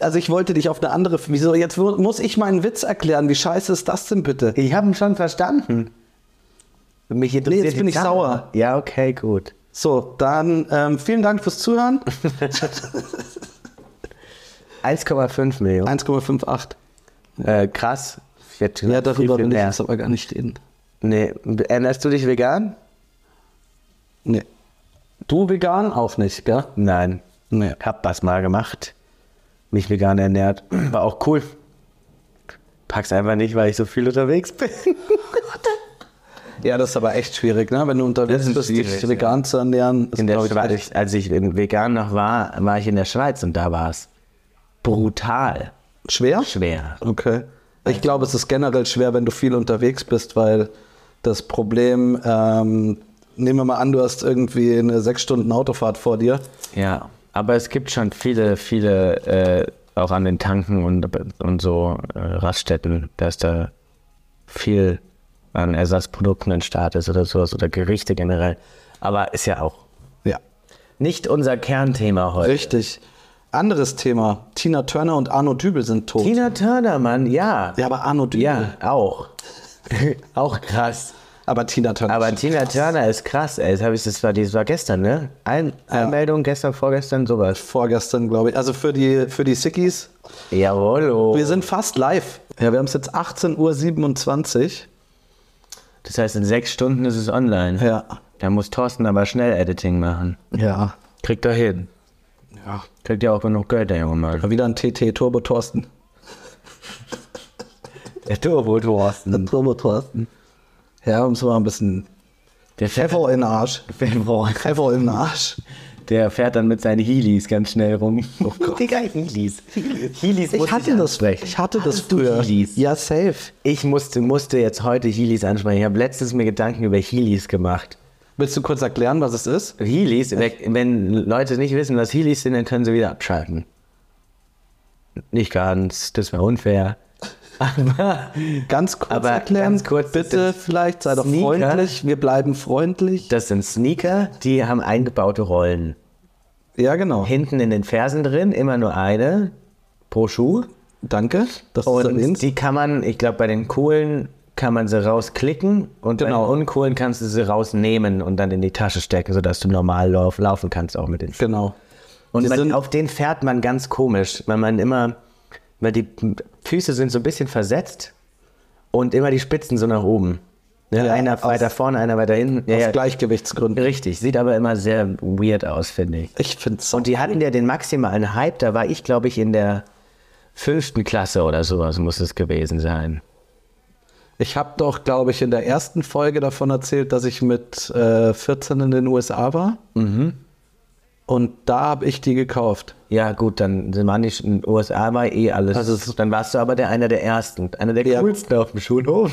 Speaker 2: Also ich wollte dich auf eine andere. Wieso? Jetzt mu- muss ich meinen Witz erklären. Wie scheiße ist das denn bitte?
Speaker 3: Ich habe ihn schon verstanden. Mich interessiert
Speaker 2: jetzt
Speaker 3: die
Speaker 2: bin ich
Speaker 3: Zahl.
Speaker 2: sauer.
Speaker 3: Ja, okay, gut.
Speaker 2: So, dann ähm, vielen Dank fürs Zuhören.
Speaker 3: 1,5 Millionen.
Speaker 2: 1,58.
Speaker 3: Äh, krass. Ich hätte
Speaker 2: Ja,
Speaker 3: gedacht, viel,
Speaker 2: darüber
Speaker 3: viel
Speaker 2: will ich
Speaker 3: mehr.
Speaker 2: jetzt aber gar nicht reden.
Speaker 3: Nee, ernährst du dich vegan?
Speaker 2: Nee. Du vegan auch nicht, gell?
Speaker 3: Nein.
Speaker 2: Nee.
Speaker 3: Hab was mal gemacht. Mich vegan ernährt. War auch cool. Pack's einfach nicht, weil ich so viel unterwegs bin.
Speaker 2: Ja, das ist aber echt schwierig, ne? Wenn du
Speaker 3: Das
Speaker 2: unterwegs
Speaker 3: ist
Speaker 2: bist, dich
Speaker 3: schwierig,
Speaker 2: vegan zu ernähren. ist,
Speaker 3: in der
Speaker 2: glaub ich,
Speaker 3: Schweiz,
Speaker 2: echt-
Speaker 3: als ich in vegan noch war, war ich in der Schweiz und da war es brutal
Speaker 2: schwer?
Speaker 3: schwer.
Speaker 2: Okay. Ich glaube, es ist generell schwer, wenn du viel unterwegs bist, weil das Problem, ähm, nehmen wir mal an, du hast irgendwie eine sechs Stunden Autofahrt vor dir.
Speaker 3: Ja, aber es gibt schon viele, viele, äh, auch an den Tanken und, und so äh, Raststätten, dass da viel an Ersatzprodukten in Start ist oder sowas oder Gerichte generell. Aber ist ja auch
Speaker 2: Ja.
Speaker 3: nicht unser Kernthema heute.
Speaker 2: Richtig. Anderes Thema. Tina Turner und Arno Dübel sind tot.
Speaker 3: Tina Turner, Mann, ja.
Speaker 2: Ja, aber Arno Dübel.
Speaker 3: Ja, auch. auch krass.
Speaker 2: Aber Tina Turner.
Speaker 3: Aber Tina Turner ist krass, ey. Das, hab ich, das, war, das war gestern, ne? Ein, Anmeldung gestern, vorgestern, sowas.
Speaker 2: vorgestern, glaube ich. Also für die, für die Sickies.
Speaker 3: Jawollo.
Speaker 2: Wir sind fast live. Ja, wir haben es jetzt 18.27
Speaker 3: Das heißt, in sechs Stunden ist es online.
Speaker 2: Uhr. Ja.
Speaker 3: Da muss Thorsten aber schnell Editing machen.
Speaker 2: Ja.
Speaker 3: Kriegt er hin.
Speaker 2: Ja.
Speaker 3: Kriegt ja auch genug Geld, der junge Mann.
Speaker 2: Wieder ein TT Turbo Thorsten.
Speaker 3: Der Turbo Thorsten.
Speaker 2: Turbo Thorsten. Ja, um es mal ein bisschen
Speaker 3: Der fährt,
Speaker 2: Pfeffer in den Arsch. Pfeffer in den Arsch.
Speaker 3: der fährt dann mit seinen Heelys ganz schnell rum. Oh
Speaker 2: Gott.
Speaker 3: Die geilen Heelys. Heelys
Speaker 2: Ich
Speaker 3: muss
Speaker 2: hatte das
Speaker 3: ansprechen.
Speaker 2: Ich hatte das
Speaker 3: Hattest du
Speaker 2: früher.
Speaker 3: Heelys?
Speaker 2: Ja, safe.
Speaker 3: Ich musste, musste jetzt heute Heelys ansprechen. Ich habe letztens mir Gedanken über Heelys gemacht.
Speaker 2: Willst du kurz erklären, was es ist?
Speaker 3: Heelys, wenn wenn Leute nicht wissen, was Heelys sind, dann können sie wieder abschalten. Nicht ganz, das wäre unfair. Aber
Speaker 2: Ganz kurz
Speaker 3: Aber
Speaker 2: erklären.
Speaker 3: ganz kurz, das
Speaker 2: Bitte,
Speaker 3: sind
Speaker 2: vielleicht sei doch
Speaker 3: Sneaker.
Speaker 2: freundlich. Wir bleiben freundlich.
Speaker 3: das sind Sneaker, die haben eingebaute Rollen.
Speaker 2: Ja, genau.
Speaker 3: Hinten in den Fersen drin, immer nur eine pro Schuh.
Speaker 2: Danke, dass du es
Speaker 3: Und
Speaker 2: erwähnst.
Speaker 3: die kann man, ich glaube, bei den coolen kann man sie rausklicken und
Speaker 2: Genau.
Speaker 3: bei den uncoolen kannst du sie rausnehmen und dann in die Tasche stecken, sodass du normal lauf, laufen kannst, auch mit den
Speaker 2: Genau.
Speaker 3: Und
Speaker 2: Die
Speaker 3: man,
Speaker 2: sind-
Speaker 3: auf den fährt man ganz komisch, weil man immer, weil die Füße sind so ein bisschen versetzt und immer die Spitzen so nach oben. Ne?
Speaker 2: Ja,
Speaker 3: einer
Speaker 2: aus-
Speaker 3: weiter vorne, einer weiter hinten. Ja,
Speaker 2: Aus
Speaker 3: ja,
Speaker 2: Gleichgewichtsgründen.
Speaker 3: richtig, sieht aber immer sehr weird aus, finde ich.
Speaker 2: Ich finde es
Speaker 3: Und die hatten ja den maximalen Hype, da war ich, glaube ich, in der fünften Klasse oder sowas muss es gewesen sein.
Speaker 2: Ich habe doch, glaube ich, in der ersten Folge davon erzählt, dass ich mit äh, 14 in den USA war. Mhm. Und da habe ich die gekauft.
Speaker 3: Ja, gut, dann sind wir nicht in den USA, war eh alles.
Speaker 2: Also es-
Speaker 3: dann warst du aber der einer der ersten, einer der
Speaker 2: Ja.
Speaker 3: coolsten auf dem Schulhof.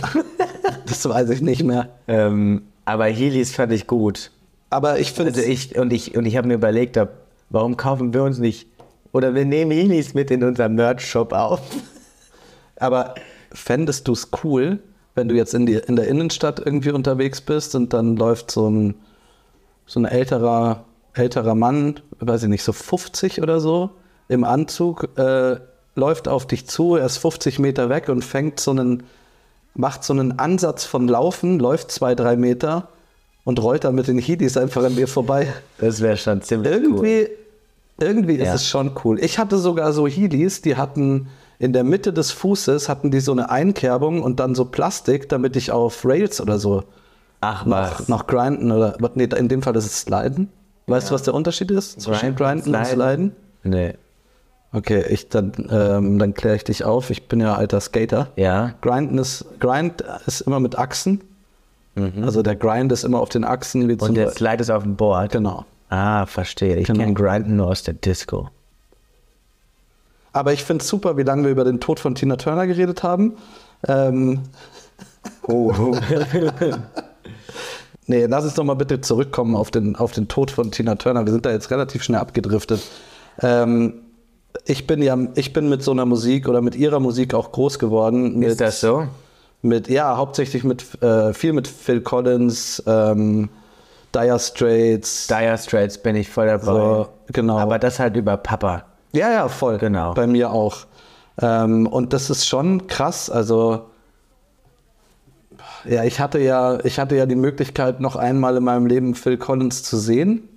Speaker 2: Das weiß ich nicht mehr.
Speaker 3: ähm, aber Heelys fand ich gut.
Speaker 2: Aber ich finde,
Speaker 3: Also ich und ich und ich habe mir überlegt, ob, warum kaufen wir uns nicht oder wir nehmen Heelys mit in unseren Merch-Shop auf.
Speaker 2: aber fändest du es cool, wenn du jetzt in, die, in der Innenstadt irgendwie unterwegs bist und dann läuft so ein, so ein älterer, älterer Mann, weiß ich nicht, so 50 oder so, im Anzug, äh, läuft auf dich zu, er ist 50 Meter weg und fängt so einen, macht so einen Ansatz von Laufen, läuft zwei, drei Meter und rollt dann mit den Heelys einfach an dir vorbei.
Speaker 3: Das wäre schon ziemlich cool.
Speaker 2: Irgendwie, irgendwie
Speaker 3: Ja.
Speaker 2: ist es schon cool. Ich hatte sogar so Heelys, die hatten in der Mitte des Fußes hatten die so eine Einkerbung und dann so Plastik, damit ich auf Rails oder so
Speaker 3: Ach
Speaker 2: noch,
Speaker 3: was.
Speaker 2: noch grinden oder nee, in dem Fall ist es Sliden. Weißt du, was der Unterschied ist zwischen
Speaker 3: Grind-
Speaker 2: Grinden und
Speaker 3: Sliden.
Speaker 2: Sliden?
Speaker 3: Nee.
Speaker 2: Okay, ich dann, ähm, dann kläre ich dich auf. Ich bin ja alter Skater.
Speaker 3: Ja.
Speaker 2: Grinden ist, Grind ist immer mit Achsen. Also der Grind ist immer auf den Achsen. Wie
Speaker 3: Mhm. Und
Speaker 2: zum
Speaker 3: der Slide ist auf dem Board.
Speaker 2: genau.
Speaker 3: Ah, verstehe. Ich
Speaker 2: Genau.
Speaker 3: kenne Grinden nur aus der Disco.
Speaker 2: Aber ich finde es super, wie lange wir über den Tod von Tina Turner geredet haben. Ähm,
Speaker 3: Oh.
Speaker 2: nee, lass uns doch mal bitte zurückkommen auf den, auf den Tod von Tina Turner. Wir sind da jetzt relativ schnell abgedriftet. Ähm, ich bin ja, ich bin mit so einer Musik oder mit ihrer Musik auch groß geworden. Mit,
Speaker 3: ist das so?
Speaker 2: Mit, ja, hauptsächlich mit, äh, viel mit Phil Collins, ähm, Dire Straits.
Speaker 3: Dire Straits bin ich voll dabei.
Speaker 2: So, genau.
Speaker 3: Aber das halt über Papa.
Speaker 2: Ja, ja, voll.
Speaker 3: Genau.
Speaker 2: Bei mir auch. Ähm, und das ist schon krass. Also, ja, ich hatte ja, ich hatte ja die Möglichkeit, noch einmal in meinem Leben Phil Collins zu sehen.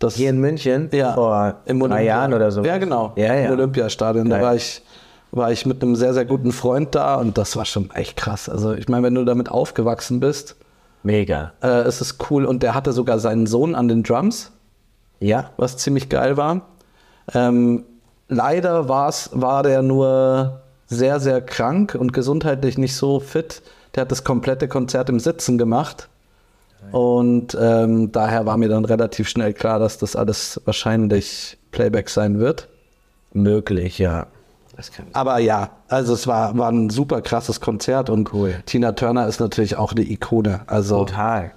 Speaker 2: Das
Speaker 3: Hier in München
Speaker 2: ja,
Speaker 3: vor
Speaker 2: im
Speaker 3: drei
Speaker 2: Olympia-
Speaker 3: Jahren oder so.
Speaker 2: Ja, genau.
Speaker 3: Ja, ja.
Speaker 2: Im Olympiastadion. Da
Speaker 3: Geil.
Speaker 2: war ich, war ich mit einem sehr, sehr guten Freund da und das war schon echt krass. Also, ich meine, wenn du damit aufgewachsen bist,
Speaker 3: Mega.
Speaker 2: äh, ist es cool. Und der hatte sogar seinen Sohn an den Drums
Speaker 3: Ja.
Speaker 2: was ziemlich geil war. Ähm, leider war's, war der nur sehr, sehr krank und gesundheitlich nicht so fit. Der Der hat das komplette Konzert im Sitzen gemacht. Und ähm, daher war mir dann relativ schnell klar, dass das alles wahrscheinlich Playback sein wird.
Speaker 3: Möglich, ja. Das kann
Speaker 2: Aber ja, also es war, war ein super krasses Konzert und
Speaker 3: Cool.
Speaker 2: Tina Turner ist natürlich auch eine Ikone. Also
Speaker 3: total.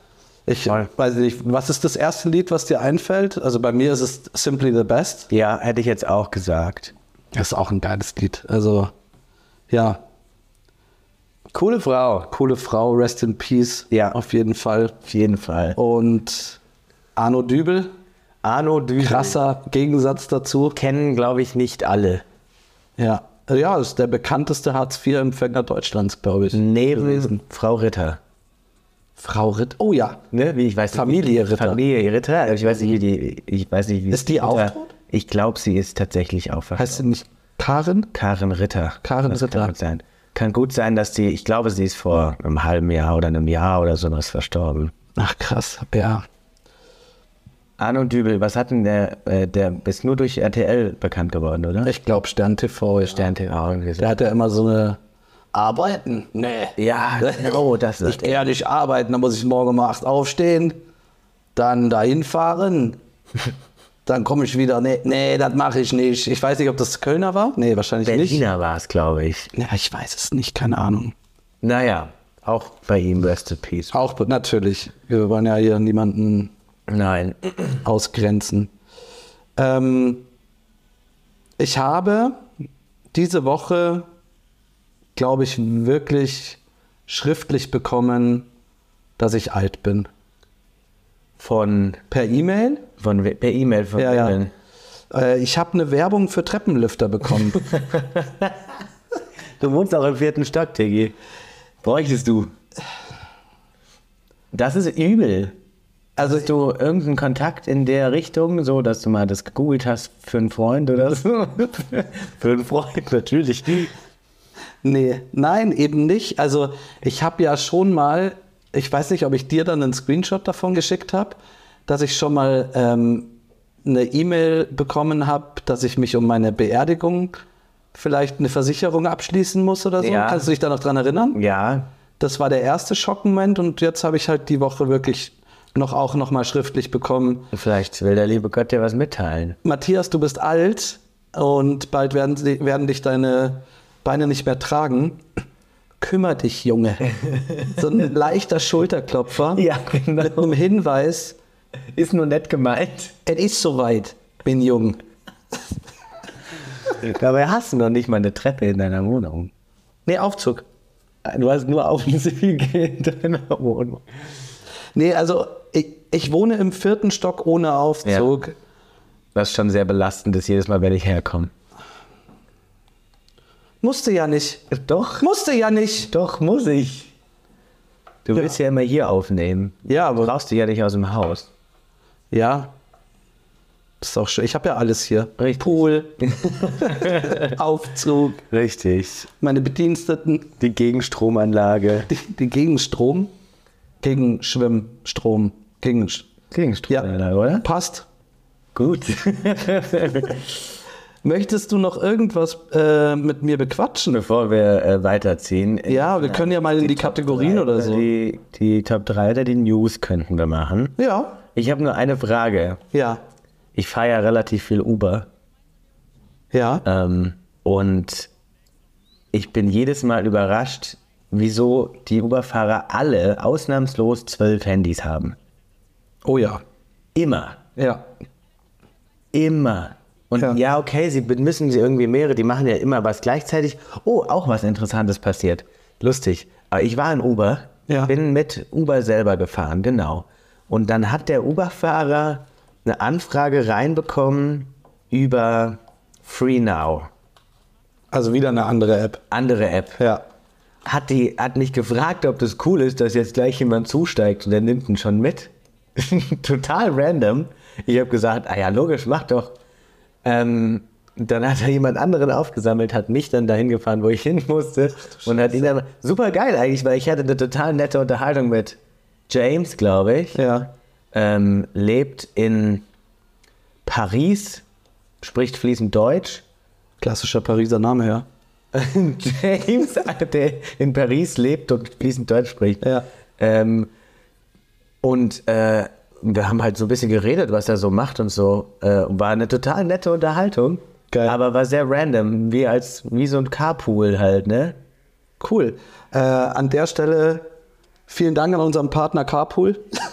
Speaker 2: ich
Speaker 3: Voll.
Speaker 2: weiß nicht, was ist das erste Lied, was dir einfällt? Also bei mir ist es Simply the Best.
Speaker 3: Ja, hätte ich jetzt auch gesagt.
Speaker 2: Das ist auch ein geiles Lied. Also, ja. Coole Frau. Coole Frau, Rest in Peace.
Speaker 3: Ja.
Speaker 2: Auf jeden Fall.
Speaker 3: Auf jeden Fall.
Speaker 2: Oh. Und Arno Dübel,
Speaker 3: Arno Dübel
Speaker 2: krasser Gegensatz dazu.
Speaker 3: kennen, glaube ich, nicht alle.
Speaker 2: Ja. Ja, ist der bekannteste Hartz-IV-Empfänger Deutschlands, glaube ich.
Speaker 3: Neben Frau Ritter.
Speaker 2: Mhm. Frau Ritt. Oh ja.
Speaker 3: Ne? Wie ich weiß nicht-
Speaker 2: Familie Ritter.
Speaker 3: Familie Ritter. aber Ich weiß nicht, wie die. Ich weiß nicht, wie
Speaker 2: Ist die
Speaker 3: Ritter-
Speaker 2: auch tot?
Speaker 3: Ich glaube, sie ist tatsächlich auch
Speaker 2: Heißt sie nicht Karin?
Speaker 3: Karin Ritter.
Speaker 2: Karin
Speaker 3: das
Speaker 2: Ritter.
Speaker 3: Kann gut sein. Kann gut sein, dass die, ich glaube, sie ist vor einem halben Jahr oder einem Jahr oder sowas verstorben.
Speaker 2: Ach krass, ja.
Speaker 3: Arno Dübel, was hat denn der, äh, der ist nur durch RTL bekannt geworden, oder?
Speaker 2: Ich glaube Stern TV. Ja.
Speaker 3: Stern TV irgendwie so.
Speaker 2: Der hat ja immer so eine Arbeiten? Nee.
Speaker 3: Ja, genau, das
Speaker 2: Ich gehe ja nicht arbeiten, dann muss ich morgen um 8 aufstehen, dann dahin fahren, dann komme ich wieder. Nee, nee das mache ich nicht. Ich weiß nicht, ob das Kölner war. Nee, wahrscheinlich
Speaker 3: Berliner war es, glaube ich.
Speaker 2: nicht. Ja, ich weiß es nicht, keine Ahnung.
Speaker 3: Naja, auch bei ihm Rest in Peace.
Speaker 2: Auch be- natürlich. Wir wollen ja hier niemanden
Speaker 3: Nein.
Speaker 2: ausgrenzen. Ähm, ich habe diese Woche, glaube ich, wirklich schriftlich bekommen, dass ich alt bin.
Speaker 3: Von,
Speaker 2: Per E-Mail.
Speaker 3: von we- per E-Mail von
Speaker 2: Ja, ja.
Speaker 3: wem?
Speaker 2: Äh, ich habe eine Werbung für Treppenlifter bekommen.
Speaker 3: Du wohnst auch im vierten Stock, Tigi. Bräuchtest du. Das ist übel.
Speaker 2: also
Speaker 3: Hast du irgendeinen Kontakt in der Richtung, so dass du mal das gegoogelt hast für einen Freund oder so? für einen Freund, natürlich.
Speaker 2: nee, nein, eben nicht. Also ich habe ja schon mal, ich weiß nicht, ob ich dir dann einen Screenshot davon geschickt habe, dass ich schon mal ähm, eine E-Mail bekommen habe, dass ich mich um meine Beerdigung vielleicht eine Versicherung abschließen muss oder so.
Speaker 3: Ja.
Speaker 2: Kannst du dich da noch dran erinnern?
Speaker 3: Ja,
Speaker 2: Das war der erste Schockmoment und jetzt habe ich halt die Woche wirklich noch auch noch mal schriftlich bekommen,
Speaker 3: vielleicht will der liebe Gott dir was mitteilen.
Speaker 2: Matthias, du bist alt und bald werden, sie- werden dich deine Beine nicht mehr tragen. Kümmer dich, Junge. So ein leichter Schulterklopfer
Speaker 3: Ja, genau.
Speaker 2: mit einem Hinweis,
Speaker 3: Ist nur nett gemeint.
Speaker 2: es ist soweit, bin jung.
Speaker 3: Dabei hast du noch nicht mal eine Treppe in deiner Wohnung.
Speaker 2: Nee, Aufzug.
Speaker 3: Du hast nur auf den Siege in deiner Wohnung.
Speaker 2: Nee, also ich, ich wohne im vierten Stock ohne Aufzug.
Speaker 3: Was schon sehr belastend ist, jedes Mal, wenn ich herkomme.
Speaker 2: Musste ja nicht.
Speaker 3: Doch,
Speaker 2: Musste ja nicht.
Speaker 3: doch, muss ich. Du willst ja immer hier aufnehmen.
Speaker 2: Ja,
Speaker 3: Du
Speaker 2: aber.
Speaker 3: brauchst dich ja nicht aus dem Haus.
Speaker 2: Ja. Ist doch schön. Ich habe ja alles hier:
Speaker 3: Richtig.
Speaker 2: Pool, Aufzug,
Speaker 3: Richtig.
Speaker 2: meine Bediensteten.
Speaker 3: Die Gegenstromanlage.
Speaker 2: Die, die Gegenstrom? Gegen Schwimmstrom. Gegen Sch
Speaker 3: Gegenstromanlage, oder?
Speaker 2: Passt.
Speaker 3: Gut.
Speaker 2: Möchtest du noch irgendwas äh, mit mir bequatschen?
Speaker 3: Bevor wir äh, weiterziehen. äh,
Speaker 2: Ja, wir können ja mal in die, Kategorien oder so.
Speaker 3: Die, die Top 3 oder die News könnten wir machen.
Speaker 2: Ja,
Speaker 3: Ich habe nur eine Frage.
Speaker 2: ja,
Speaker 3: Ich fahre ja relativ viel Uber.
Speaker 2: ja.
Speaker 3: Ähm, und ich bin jedes Mal überrascht, wieso die Uber-Fahrer alle ausnahmslos zwölf Handys haben.
Speaker 2: Oh ja,
Speaker 3: Immer.
Speaker 2: ja.
Speaker 3: Immer. Und
Speaker 2: Ja.
Speaker 3: ja, okay, sie müssen sie irgendwie mehrere, die machen ja immer was gleichzeitig. Oh, auch was Interessantes passiert. Lustig. Aber ich war in Uber,
Speaker 2: Ja.
Speaker 3: bin mit Uber selber gefahren, genau. Und dann hat der Uber-Fahrer eine Anfrage reinbekommen über Free Now,
Speaker 2: Also wieder eine andere App.
Speaker 3: andere App.
Speaker 2: Ja.
Speaker 3: hat, die, hat mich gefragt, ob das cool ist, dass jetzt gleich jemand zusteigt und der nimmt ihn schon mit. Total random. Ich habe gesagt, ah ja, logisch, mach doch. Ähm, dann hat er jemand anderen aufgesammelt, hat mich dann dahin gefahren, wo ich hin musste. Und hat ihn dann. Super geil eigentlich, weil ich hatte eine total nette Unterhaltung mit James, glaube ich
Speaker 2: Ja.
Speaker 3: ähm, lebt in Paris, spricht fließend Deutsch
Speaker 2: Klassischer Pariser Name, ja.
Speaker 3: James, der in Paris lebt und fließend Deutsch spricht.
Speaker 2: Ja.
Speaker 3: Ähm, und äh, wir haben halt so ein bisschen geredet, was er so macht und so. Äh, war eine total nette Unterhaltung.
Speaker 2: Geil.
Speaker 3: Aber war sehr random, wie als wie so ein Carpool halt, ne?
Speaker 2: Cool. Äh, an der Stelle vielen Dank an unseren Partner Carpool.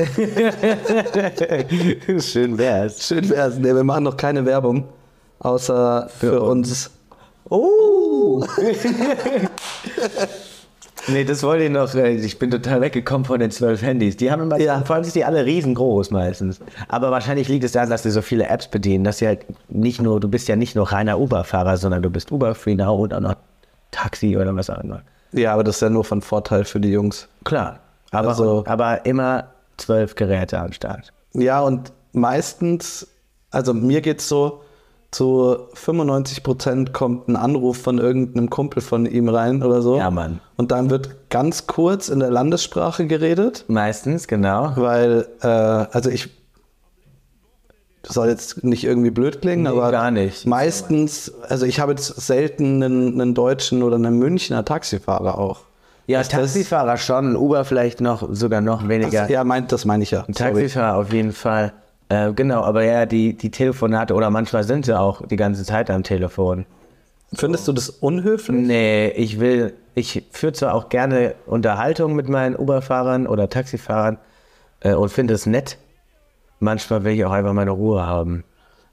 Speaker 3: Schön wär's.
Speaker 2: Schön wär's. Nee, wir machen noch keine Werbung, außer für, uns.
Speaker 3: Oh! nee, das wollte ich noch. äh, Ich bin total weggekommen von den zwölf Handys. Die haben immer,
Speaker 2: Ja.
Speaker 3: vor allem sind die alle riesengroß meistens. Aber wahrscheinlich liegt es daran, dass sie so viele Apps bedienen, dass sie halt nicht nur, du bist ja nicht nur reiner Uber-Fahrer, sondern du bist Uber-Free Now und auch noch Taxi oder was auch immer.
Speaker 2: Ja, aber das ist ja nur von Vorteil für die Jungs.
Speaker 3: Klar. Aber,
Speaker 2: Also-
Speaker 3: aber immer zwölf Geräte am Start.
Speaker 2: Ja, und meistens, also mir geht's so, zu 95 Prozent kommt ein Anruf von irgendeinem Kumpel von ihm rein oder so.
Speaker 3: Ja, Mann.
Speaker 2: Und dann wird ganz kurz in der Landessprache geredet,
Speaker 3: Meistens, genau.
Speaker 2: weil, äh, also ich das soll jetzt nicht irgendwie blöd klingen,
Speaker 3: Nee,
Speaker 2: aber
Speaker 3: gar nicht.
Speaker 2: meistens, also ich habe jetzt selten einen, einen deutschen oder einen Münchner Taxifahrer auch.
Speaker 3: Ja,
Speaker 2: Ist das-
Speaker 3: Taxifahrer schon, Uber vielleicht noch, sogar noch weniger.
Speaker 2: Ja, meint, das meine ich ja.
Speaker 3: Ein
Speaker 2: Sorry.
Speaker 3: Taxifahrer auf jeden Fall. Äh, genau, aber ja, die, die Telefonate oder manchmal sind sie auch die ganze Zeit am Telefon.
Speaker 2: Findest du das unhöflich?
Speaker 3: Nee, ich will, ich führe zwar auch gerne Unterhaltung mit meinen Uberfahrern oder Taxifahrern äh, und finde es nett. Manchmal will ich auch einfach meine Ruhe haben.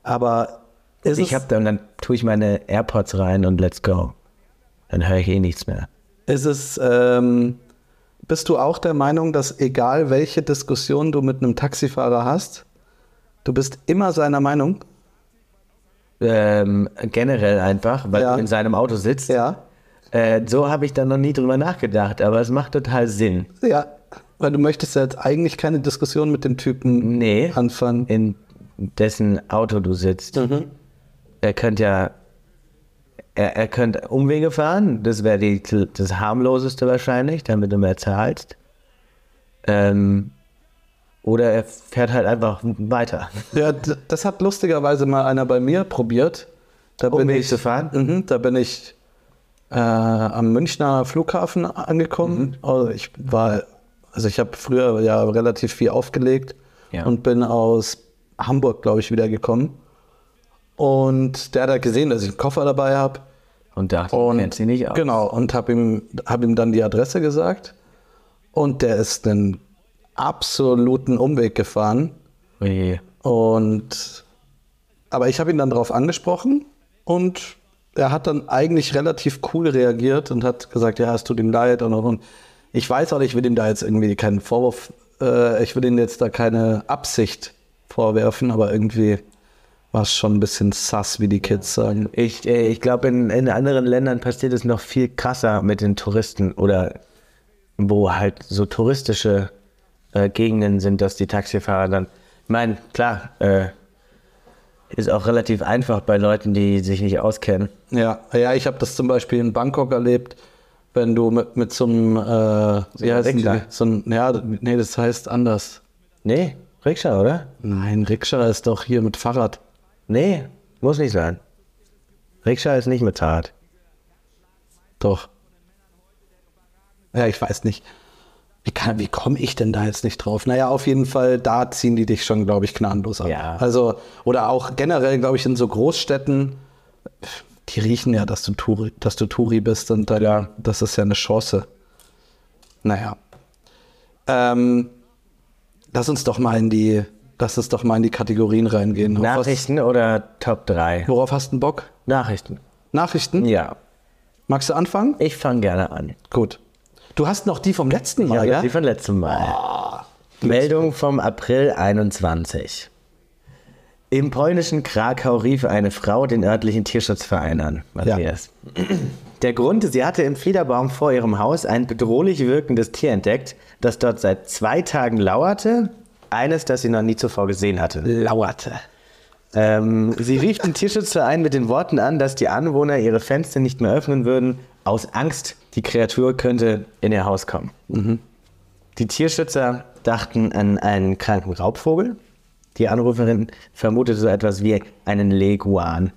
Speaker 2: Aber ist
Speaker 3: Ich
Speaker 2: es,
Speaker 3: hab dann, dann tue ich meine AirPods rein und let's go. Dann höre ich eh nichts mehr.
Speaker 2: ist es ähm, bist du auch der Meinung, dass egal welche Diskussion du mit einem Taxifahrer hast, du bist immer seiner Meinung?
Speaker 3: Ähm, generell einfach, weil
Speaker 2: Ja.
Speaker 3: du in seinem Auto sitzt.
Speaker 2: Ja.
Speaker 3: Äh, so habe ich dann noch nie drüber nachgedacht, aber es macht total Sinn.
Speaker 2: Ja. Weil du möchtest ja jetzt eigentlich keine Diskussion mit dem Typen
Speaker 3: Nee.
Speaker 2: anfangen.
Speaker 3: in dessen Auto du sitzt.
Speaker 2: Mhm.
Speaker 3: Er könnte ja, er, er könnte Umwege fahren, das wäre die- das harmloseste wahrscheinlich, damit du mehr zahlst. Ähm, oder er fährt halt einfach weiter.
Speaker 2: Ja, d- das hat lustigerweise mal einer bei mir probiert. Da bin
Speaker 3: Umweg
Speaker 2: ich,
Speaker 3: Um zu fahren?
Speaker 2: Mhm, da bin ich äh, am Münchner Flughafen
Speaker 3: Mhm.
Speaker 2: angekommen. Also ich war, also ich habe früher ja relativ viel aufgelegt
Speaker 3: Ja.
Speaker 2: und bin aus Hamburg, glaube ich, wiedergekommen. Und der hat halt gesehen, dass ich einen Koffer dabei habe.
Speaker 3: Und dachte,
Speaker 2: Und
Speaker 3: kennt sie nicht aus.
Speaker 2: Genau, und habe ihm, hab ihm dann die Adresse gesagt. Und der ist einen absoluten Umweg gefahren.
Speaker 3: Ui.
Speaker 2: Und aber ich habe ihn dann darauf angesprochen und er hat dann eigentlich relativ cool reagiert und hat gesagt, ja, es tut ihm leid und und und. Ich weiß auch, ich will ihm da jetzt irgendwie keinen Vorwurf, äh, ich will ihm jetzt da keine Absicht vorwerfen, aber irgendwie war es schon ein bisschen sass, wie die Kids sagen.
Speaker 3: Ich, äh, ich glaube, in, in anderen Ländern passiert es noch viel krasser mit den Touristen oder wo halt so touristische äh, Gegenden sind, dass die Taxifahrer dann. Ich meine, klar, äh, ist auch relativ einfach bei Leuten, die sich nicht auskennen.
Speaker 2: Ja, ja, ich habe das zum Beispiel in Bangkok erlebt, wenn du mit, mit so einem, äh, wie heißt denn die?
Speaker 3: Rikscha.
Speaker 2: so ein, ja, nee, das heißt anders.
Speaker 3: Nee, Rikscha, oder?
Speaker 2: Nein, Rikscha ist doch hier mit Fahrrad.
Speaker 3: Nee, muss nicht sein. Rikscha ist nicht mit Tat.
Speaker 2: Doch. Ja, ich weiß nicht. Wie, kann- wie komme ich denn da jetzt nicht drauf? Naja, auf jeden Fall, da ziehen die dich schon, glaube ich, gnadenlos ab.
Speaker 3: Ja.
Speaker 2: Also, oder auch generell, glaube ich, in so Großstädten, die riechen ja, dass du Touri, dass du Touri bist und dann, ja. das ist ja eine Chance. Naja. Ähm, lass uns doch mal in die, lass uns doch mal in die Kategorien reingehen. Auf was-
Speaker 3: Nachrichten oder Top 3?
Speaker 2: Worauf hast du denn Bock?
Speaker 3: Nachrichten.
Speaker 2: Nachrichten?
Speaker 3: Ja,
Speaker 2: Magst du anfangen?
Speaker 3: ich fange gerne an.
Speaker 2: Gut. Du hast noch die vom letzten Mal,
Speaker 3: ja,
Speaker 2: ja?
Speaker 3: die von letztem Mal. Meldung vom April 21. Im polnischen Krakau rief eine Frau den örtlichen Tierschutzverein an. Matthias. Der Grund, sie hatte im Fliederbaum vor ihrem Haus ein bedrohlich wirkendes Tier entdeckt, das dort seit zwei Tagen lauerte. Eines, das sie noch nie zuvor gesehen hatte.
Speaker 2: lauerte.
Speaker 3: Ähm, sie rief den Tierschutzverein mit den Worten an, dass die Anwohner ihre Fenster nicht mehr öffnen würden, aus Angst, die Kreatur könnte in ihr Haus kommen. Die Tierschützer dachten an einen kranken Raubvogel. Die Anruferin vermutete so etwas wie einen Leguan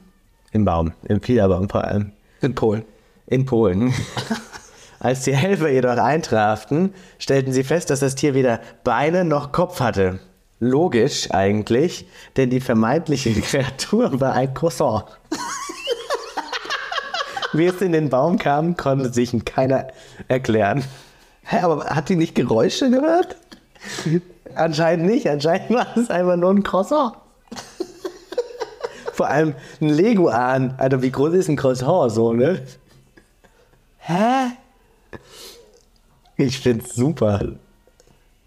Speaker 3: im Baum, im Fliederbaum vor allem.
Speaker 2: In Polen.
Speaker 3: in Polen. Als die Helfer jedoch eintraften, stellten sie fest, dass das Tier weder Beine noch Kopf hatte. Logisch eigentlich, denn die vermeintliche Kreatur war ein Croissant. Wie es in den Baum kam, konnte sich keiner erklären. Hä, aber hat die nicht Geräusche gehört? Anscheinend nicht. Anscheinend war es einfach nur ein Croissant. Vor allem ein Leguan. Alter, wie groß ist ein Croissant so, ne? Hä? Ich find's super.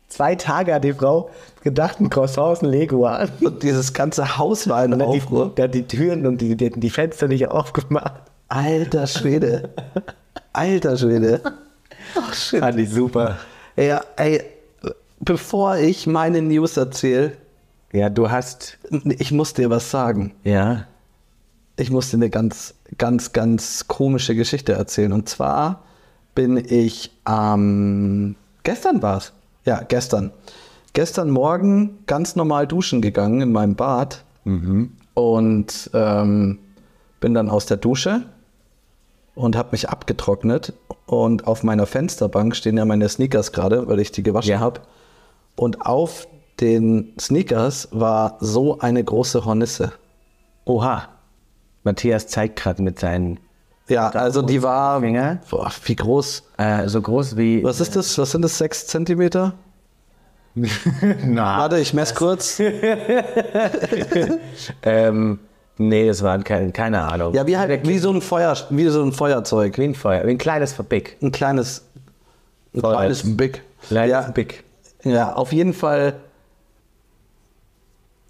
Speaker 3: Zwei Tage hat die Frau gedacht, ein Croissant ist ein Leguan.
Speaker 2: Und dieses ganze Haus war in
Speaker 3: Und hat die,
Speaker 2: Aufruhr.
Speaker 3: der hat die Türen und die, die, die Fenster nicht aufgemacht.
Speaker 2: Alter Schwede. Alter Schwede. Ach, shit.
Speaker 3: Fand ich super.
Speaker 2: Ja, ey, bevor ich meine News erzähle,
Speaker 3: Ja, du hast.
Speaker 2: ich muss dir was sagen.
Speaker 3: Ja.
Speaker 2: Ich muss dir eine ganz, ganz, ganz komische Geschichte erzählen. Und zwar bin ich am. gestern war es. Ja, gestern. Gestern Morgen ganz normal duschen gegangen in meinem Bad. Und ähm, bin dann aus der Dusche und habe mich abgetrocknet. Und auf meiner Fensterbank stehen ja meine Sneakers gerade, weil ich die gewaschen
Speaker 3: Ja.
Speaker 2: habe. Und auf den Sneakers war so eine große Hornisse.
Speaker 3: Oha. Matthias zeigt gerade mit seinen.
Speaker 2: Ja, also die war.
Speaker 3: Finger?
Speaker 2: Boah, wie groß?
Speaker 3: Äh, so groß wie.
Speaker 2: Was ist das? Was sind das? Sechs Zentimeter?
Speaker 3: Na.
Speaker 2: Warte, ich messe kurz.
Speaker 3: Ähm, nee, das waren keine, keine Ahnung.
Speaker 2: Ja, wie halt wie so ein Feuer, wie so ein Feuerzeug.
Speaker 3: Wie ein Feuer, wie ein kleines Verbick.
Speaker 2: Ein kleines, ein
Speaker 3: Feuer.
Speaker 2: kleines Big.
Speaker 3: Kleines
Speaker 2: ja,
Speaker 3: Verbick.
Speaker 2: ja, auf jeden Fall.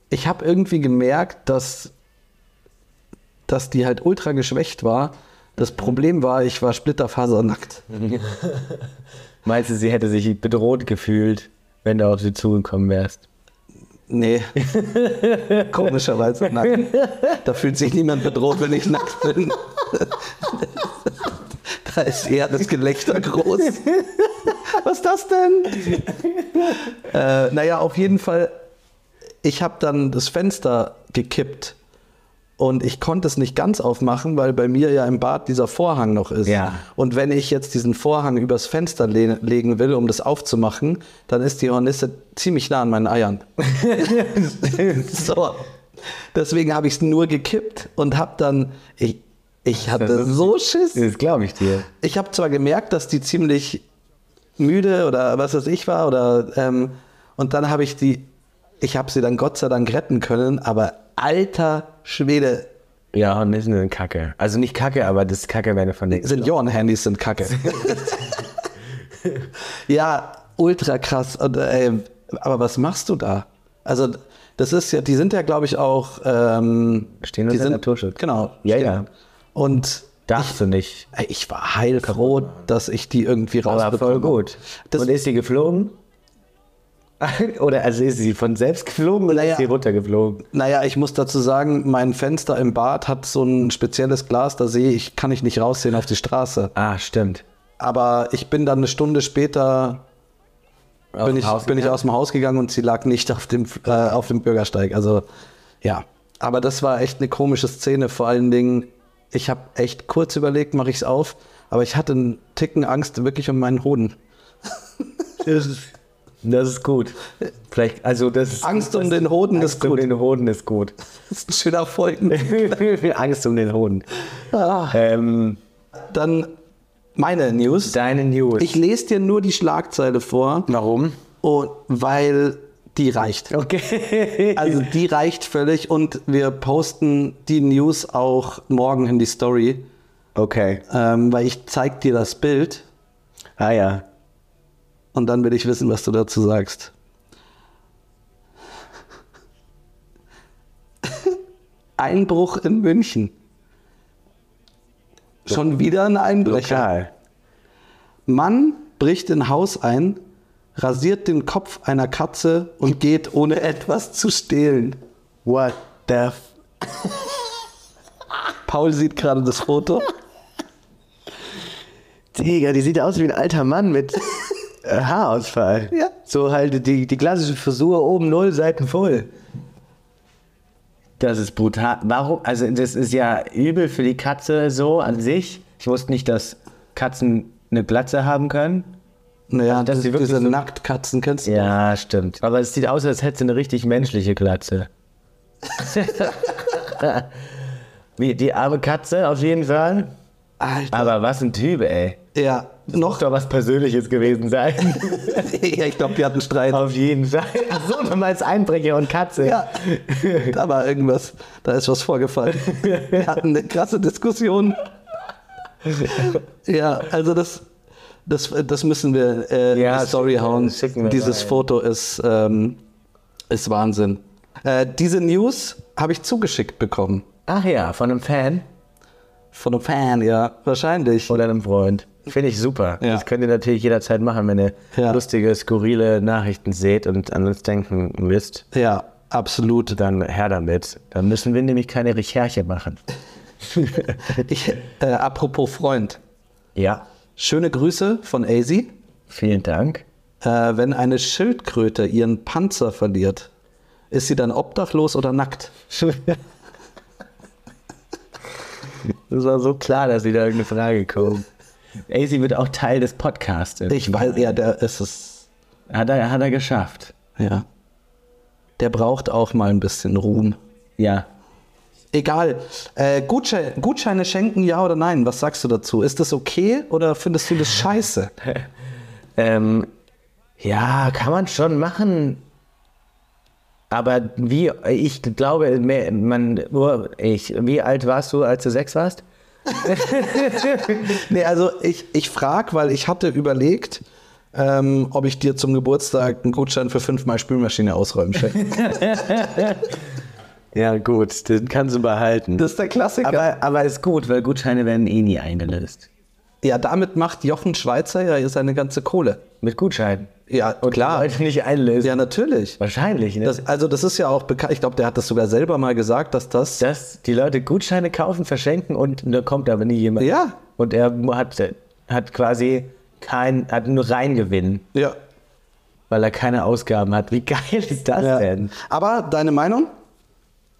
Speaker 2: Ich habe irgendwie gemerkt, dass, dass die halt ultra geschwächt war. Das Problem war, ich war splitterfasernackt.
Speaker 3: Meinst du, sie hätte sich bedroht gefühlt, wenn du auf sie zugekommen wärst?
Speaker 2: Nee. Komischerweise nackt. Da fühlt sich niemand bedroht, wenn ich nackt bin. Da ist eher das Gelächter groß. Was ist das denn? Äh, naja, auf jeden Fall, ich habe dann das Fenster gekippt und ich konnte es nicht ganz aufmachen, weil bei mir ja im Bad dieser Vorhang noch ist.
Speaker 3: Ja.
Speaker 2: Und wenn ich jetzt diesen Vorhang übers Fenster le legen will, um das aufzumachen, dann ist die Hornisse ziemlich nah an meinen Eiern. so. Deswegen habe ich es nur gekippt und habe dann, ich, ich hatte
Speaker 3: ist-
Speaker 2: so Schiss.
Speaker 3: Das glaube ich dir.
Speaker 2: Ich habe zwar gemerkt, dass die ziemlich müde oder was weiß ich war oder ähm, und dann habe ich die, ich habe sie dann Gott sei Dank retten können, aber alter Schwede,
Speaker 3: Ja, Hornissen sind Kacke. Also nicht Kacke, aber das ist Kacke, wenn du von
Speaker 2: Also
Speaker 3: den.
Speaker 2: Seniorenhandys sind kacke. ja, ultra krass. Und, ey, aber was machst du da? Also das ist ja, die sind ja glaube ich auch, ähm,
Speaker 3: Stehen
Speaker 2: die
Speaker 3: unter
Speaker 2: sind
Speaker 3: Naturschutz.
Speaker 2: Genau.
Speaker 3: Ja,
Speaker 2: stehen.
Speaker 3: ja.
Speaker 2: Und
Speaker 3: Darfst du nicht.
Speaker 2: ey, ich war heilfroh, dass ich die irgendwie
Speaker 3: Aber
Speaker 2: rausbekomme.
Speaker 3: voll gut.
Speaker 2: Das-
Speaker 3: Und ist sie geflogen? Oder also ist sie von selbst geflogen oder
Speaker 2: Naja.
Speaker 3: ist sie runtergeflogen?
Speaker 2: Naja, ich muss dazu sagen, mein Fenster im Bad hat so ein spezielles Glas, da sehe ich, kann ich nicht raussehen auf die Straße.
Speaker 3: Ah, stimmt.
Speaker 2: Aber ich bin dann eine Stunde später, bin, ich,
Speaker 3: Haus
Speaker 2: bin ich
Speaker 3: gegangen?
Speaker 2: aus dem Haus gegangen und sie lag nicht auf dem, äh, auf dem Bürgersteig. Also ja, aber das war echt eine komische Szene. Vor allen Dingen, ich habe echt kurz überlegt, mache ich es auf, aber ich hatte einen Ticken Angst wirklich um meinen Hoden.
Speaker 3: Das ist, das ist gut. Vielleicht, also das ist,
Speaker 2: Angst um den Hoden
Speaker 3: Angst
Speaker 2: ist
Speaker 3: um
Speaker 2: gut.
Speaker 3: den Hoden ist gut.
Speaker 2: Das ist ein schöner Folgen.
Speaker 3: Angst um den Hoden.
Speaker 2: Ah,
Speaker 3: Ähm,
Speaker 2: dann meine News.
Speaker 3: deine News.
Speaker 2: Ich lese dir nur die Schlagzeile vor.
Speaker 3: Warum?
Speaker 2: Und weil die reicht.
Speaker 3: Okay.
Speaker 2: Also die reicht völlig und wir posten die News auch morgen in die Story,
Speaker 3: Okay.
Speaker 2: ähm, weil ich zeig dir das Bild
Speaker 3: Ah ja.
Speaker 2: und dann will ich wissen, was du dazu sagst. Einbruch in München. Schon wieder ein Einbrecher.
Speaker 3: Lokal.
Speaker 2: Mann bricht in Haus ein, rasiert den Kopf einer Katze und geht ohne etwas zu stehlen.
Speaker 3: What the f
Speaker 2: Paul sieht gerade das Foto.
Speaker 3: Digga, die sieht aus wie ein alter Mann mit äh, Haarausfall.
Speaker 2: Ja.
Speaker 3: So halt die, die klassische Frisur oben null, Seiten voll. Das ist brutal. Warum? Also das ist ja übel für die Katze so an sich. Ich wusste nicht, dass Katzen eine Glatze haben können.
Speaker 2: Naja,
Speaker 3: Also, dass
Speaker 2: das,
Speaker 3: sie wirklich
Speaker 2: diese
Speaker 3: so-
Speaker 2: Nacktkatzen kennst du.
Speaker 3: Ja, stimmt. Aber es sieht aus, als hätte sie eine richtig menschliche Glatze. Wie die arme Katze auf jeden Fall.
Speaker 2: Alter.
Speaker 3: Aber was ein Typ, ey.
Speaker 2: Ja,
Speaker 3: Muss
Speaker 2: noch.
Speaker 3: doch was Persönliches gewesen sein.
Speaker 2: ja, ich glaube, die hatten Streit.
Speaker 3: auf jeden Fall. Achso, du meinst Einbrecher und Katze.
Speaker 2: Ja, da war irgendwas. Da ist was vorgefallen. Wir hatten eine krasse Diskussion. Ja, also das, das, das müssen wir äh,
Speaker 3: Ja,
Speaker 2: in die Story
Speaker 3: schicken wir-
Speaker 2: hauen.
Speaker 3: schicken wir
Speaker 2: Dieses
Speaker 3: rein.
Speaker 2: Foto ist, ähm, ist Wahnsinn. Äh, diese News habe ich zugeschickt bekommen.
Speaker 3: Ach ja, von einem Fan
Speaker 2: Von einem Fan, ja, wahrscheinlich.
Speaker 3: oder einem Freund. Finde ich super.
Speaker 2: Ja.
Speaker 3: Das könnt ihr natürlich jederzeit machen, wenn ihr
Speaker 2: Ja.
Speaker 3: lustige, skurrile Nachrichten seht und an uns denken wisst.
Speaker 2: Ja, absolut.
Speaker 3: Dann her damit. Dann müssen wir nämlich keine Recherche machen.
Speaker 2: Ich, äh, apropos Freund.
Speaker 3: Ja.
Speaker 2: Schöne Grüße von AZ.
Speaker 3: Vielen Dank.
Speaker 2: Äh, wenn eine Schildkröte ihren Panzer verliert, ist sie dann obdachlos oder nackt?
Speaker 3: Das war so klar, dass sie da irgendeine Frage kommt. Ey, sie wird auch Teil des Podcasts.
Speaker 2: Ich weiß, ja, der ist es.
Speaker 3: Hat er, hat er geschafft.
Speaker 2: Ja. Der braucht auch mal ein bisschen Ruhm.
Speaker 3: Ja.
Speaker 2: Egal. Äh, Gutsche Gutscheine schenken, ja oder nein? Was sagst du dazu? Ist das okay oder findest du das scheiße?
Speaker 3: Ähm, ja, kann man schon machen. Aber wie, ich glaube, mehr- man, oh, ich, wie alt warst du, als du sechs warst?
Speaker 2: Nee, also ich, ich frage, weil ich hatte überlegt, ähm, ob ich dir zum Geburtstag einen Gutschein für fünfmal Spülmaschine ausräumen schenke.
Speaker 3: Ja, gut, den kannst du behalten.
Speaker 2: Das ist der Klassiker.
Speaker 3: aber, aber ist gut, weil Gutscheine werden eh nie eingelöst.
Speaker 2: ja, damit macht Jochen Schweizer ja seine ganze Kohle.
Speaker 3: Mit Gutscheinen.
Speaker 2: Ja, klar.
Speaker 3: Leute nicht einlösen.
Speaker 2: Ja, natürlich.
Speaker 3: Wahrscheinlich, ne?
Speaker 2: Das, also das ist ja auch bekannt, ich glaube, der hat das sogar selber mal gesagt, dass das...
Speaker 3: dass die Leute Gutscheine kaufen, verschenken und da kommt aber nie jemand.
Speaker 2: Ja.
Speaker 3: Und er hat, hat quasi kein, hat nur Reingewinn,
Speaker 2: Ja.
Speaker 3: weil er keine Ausgaben hat. Wie geil ist das
Speaker 2: ja.
Speaker 3: denn?
Speaker 2: Aber deine Meinung?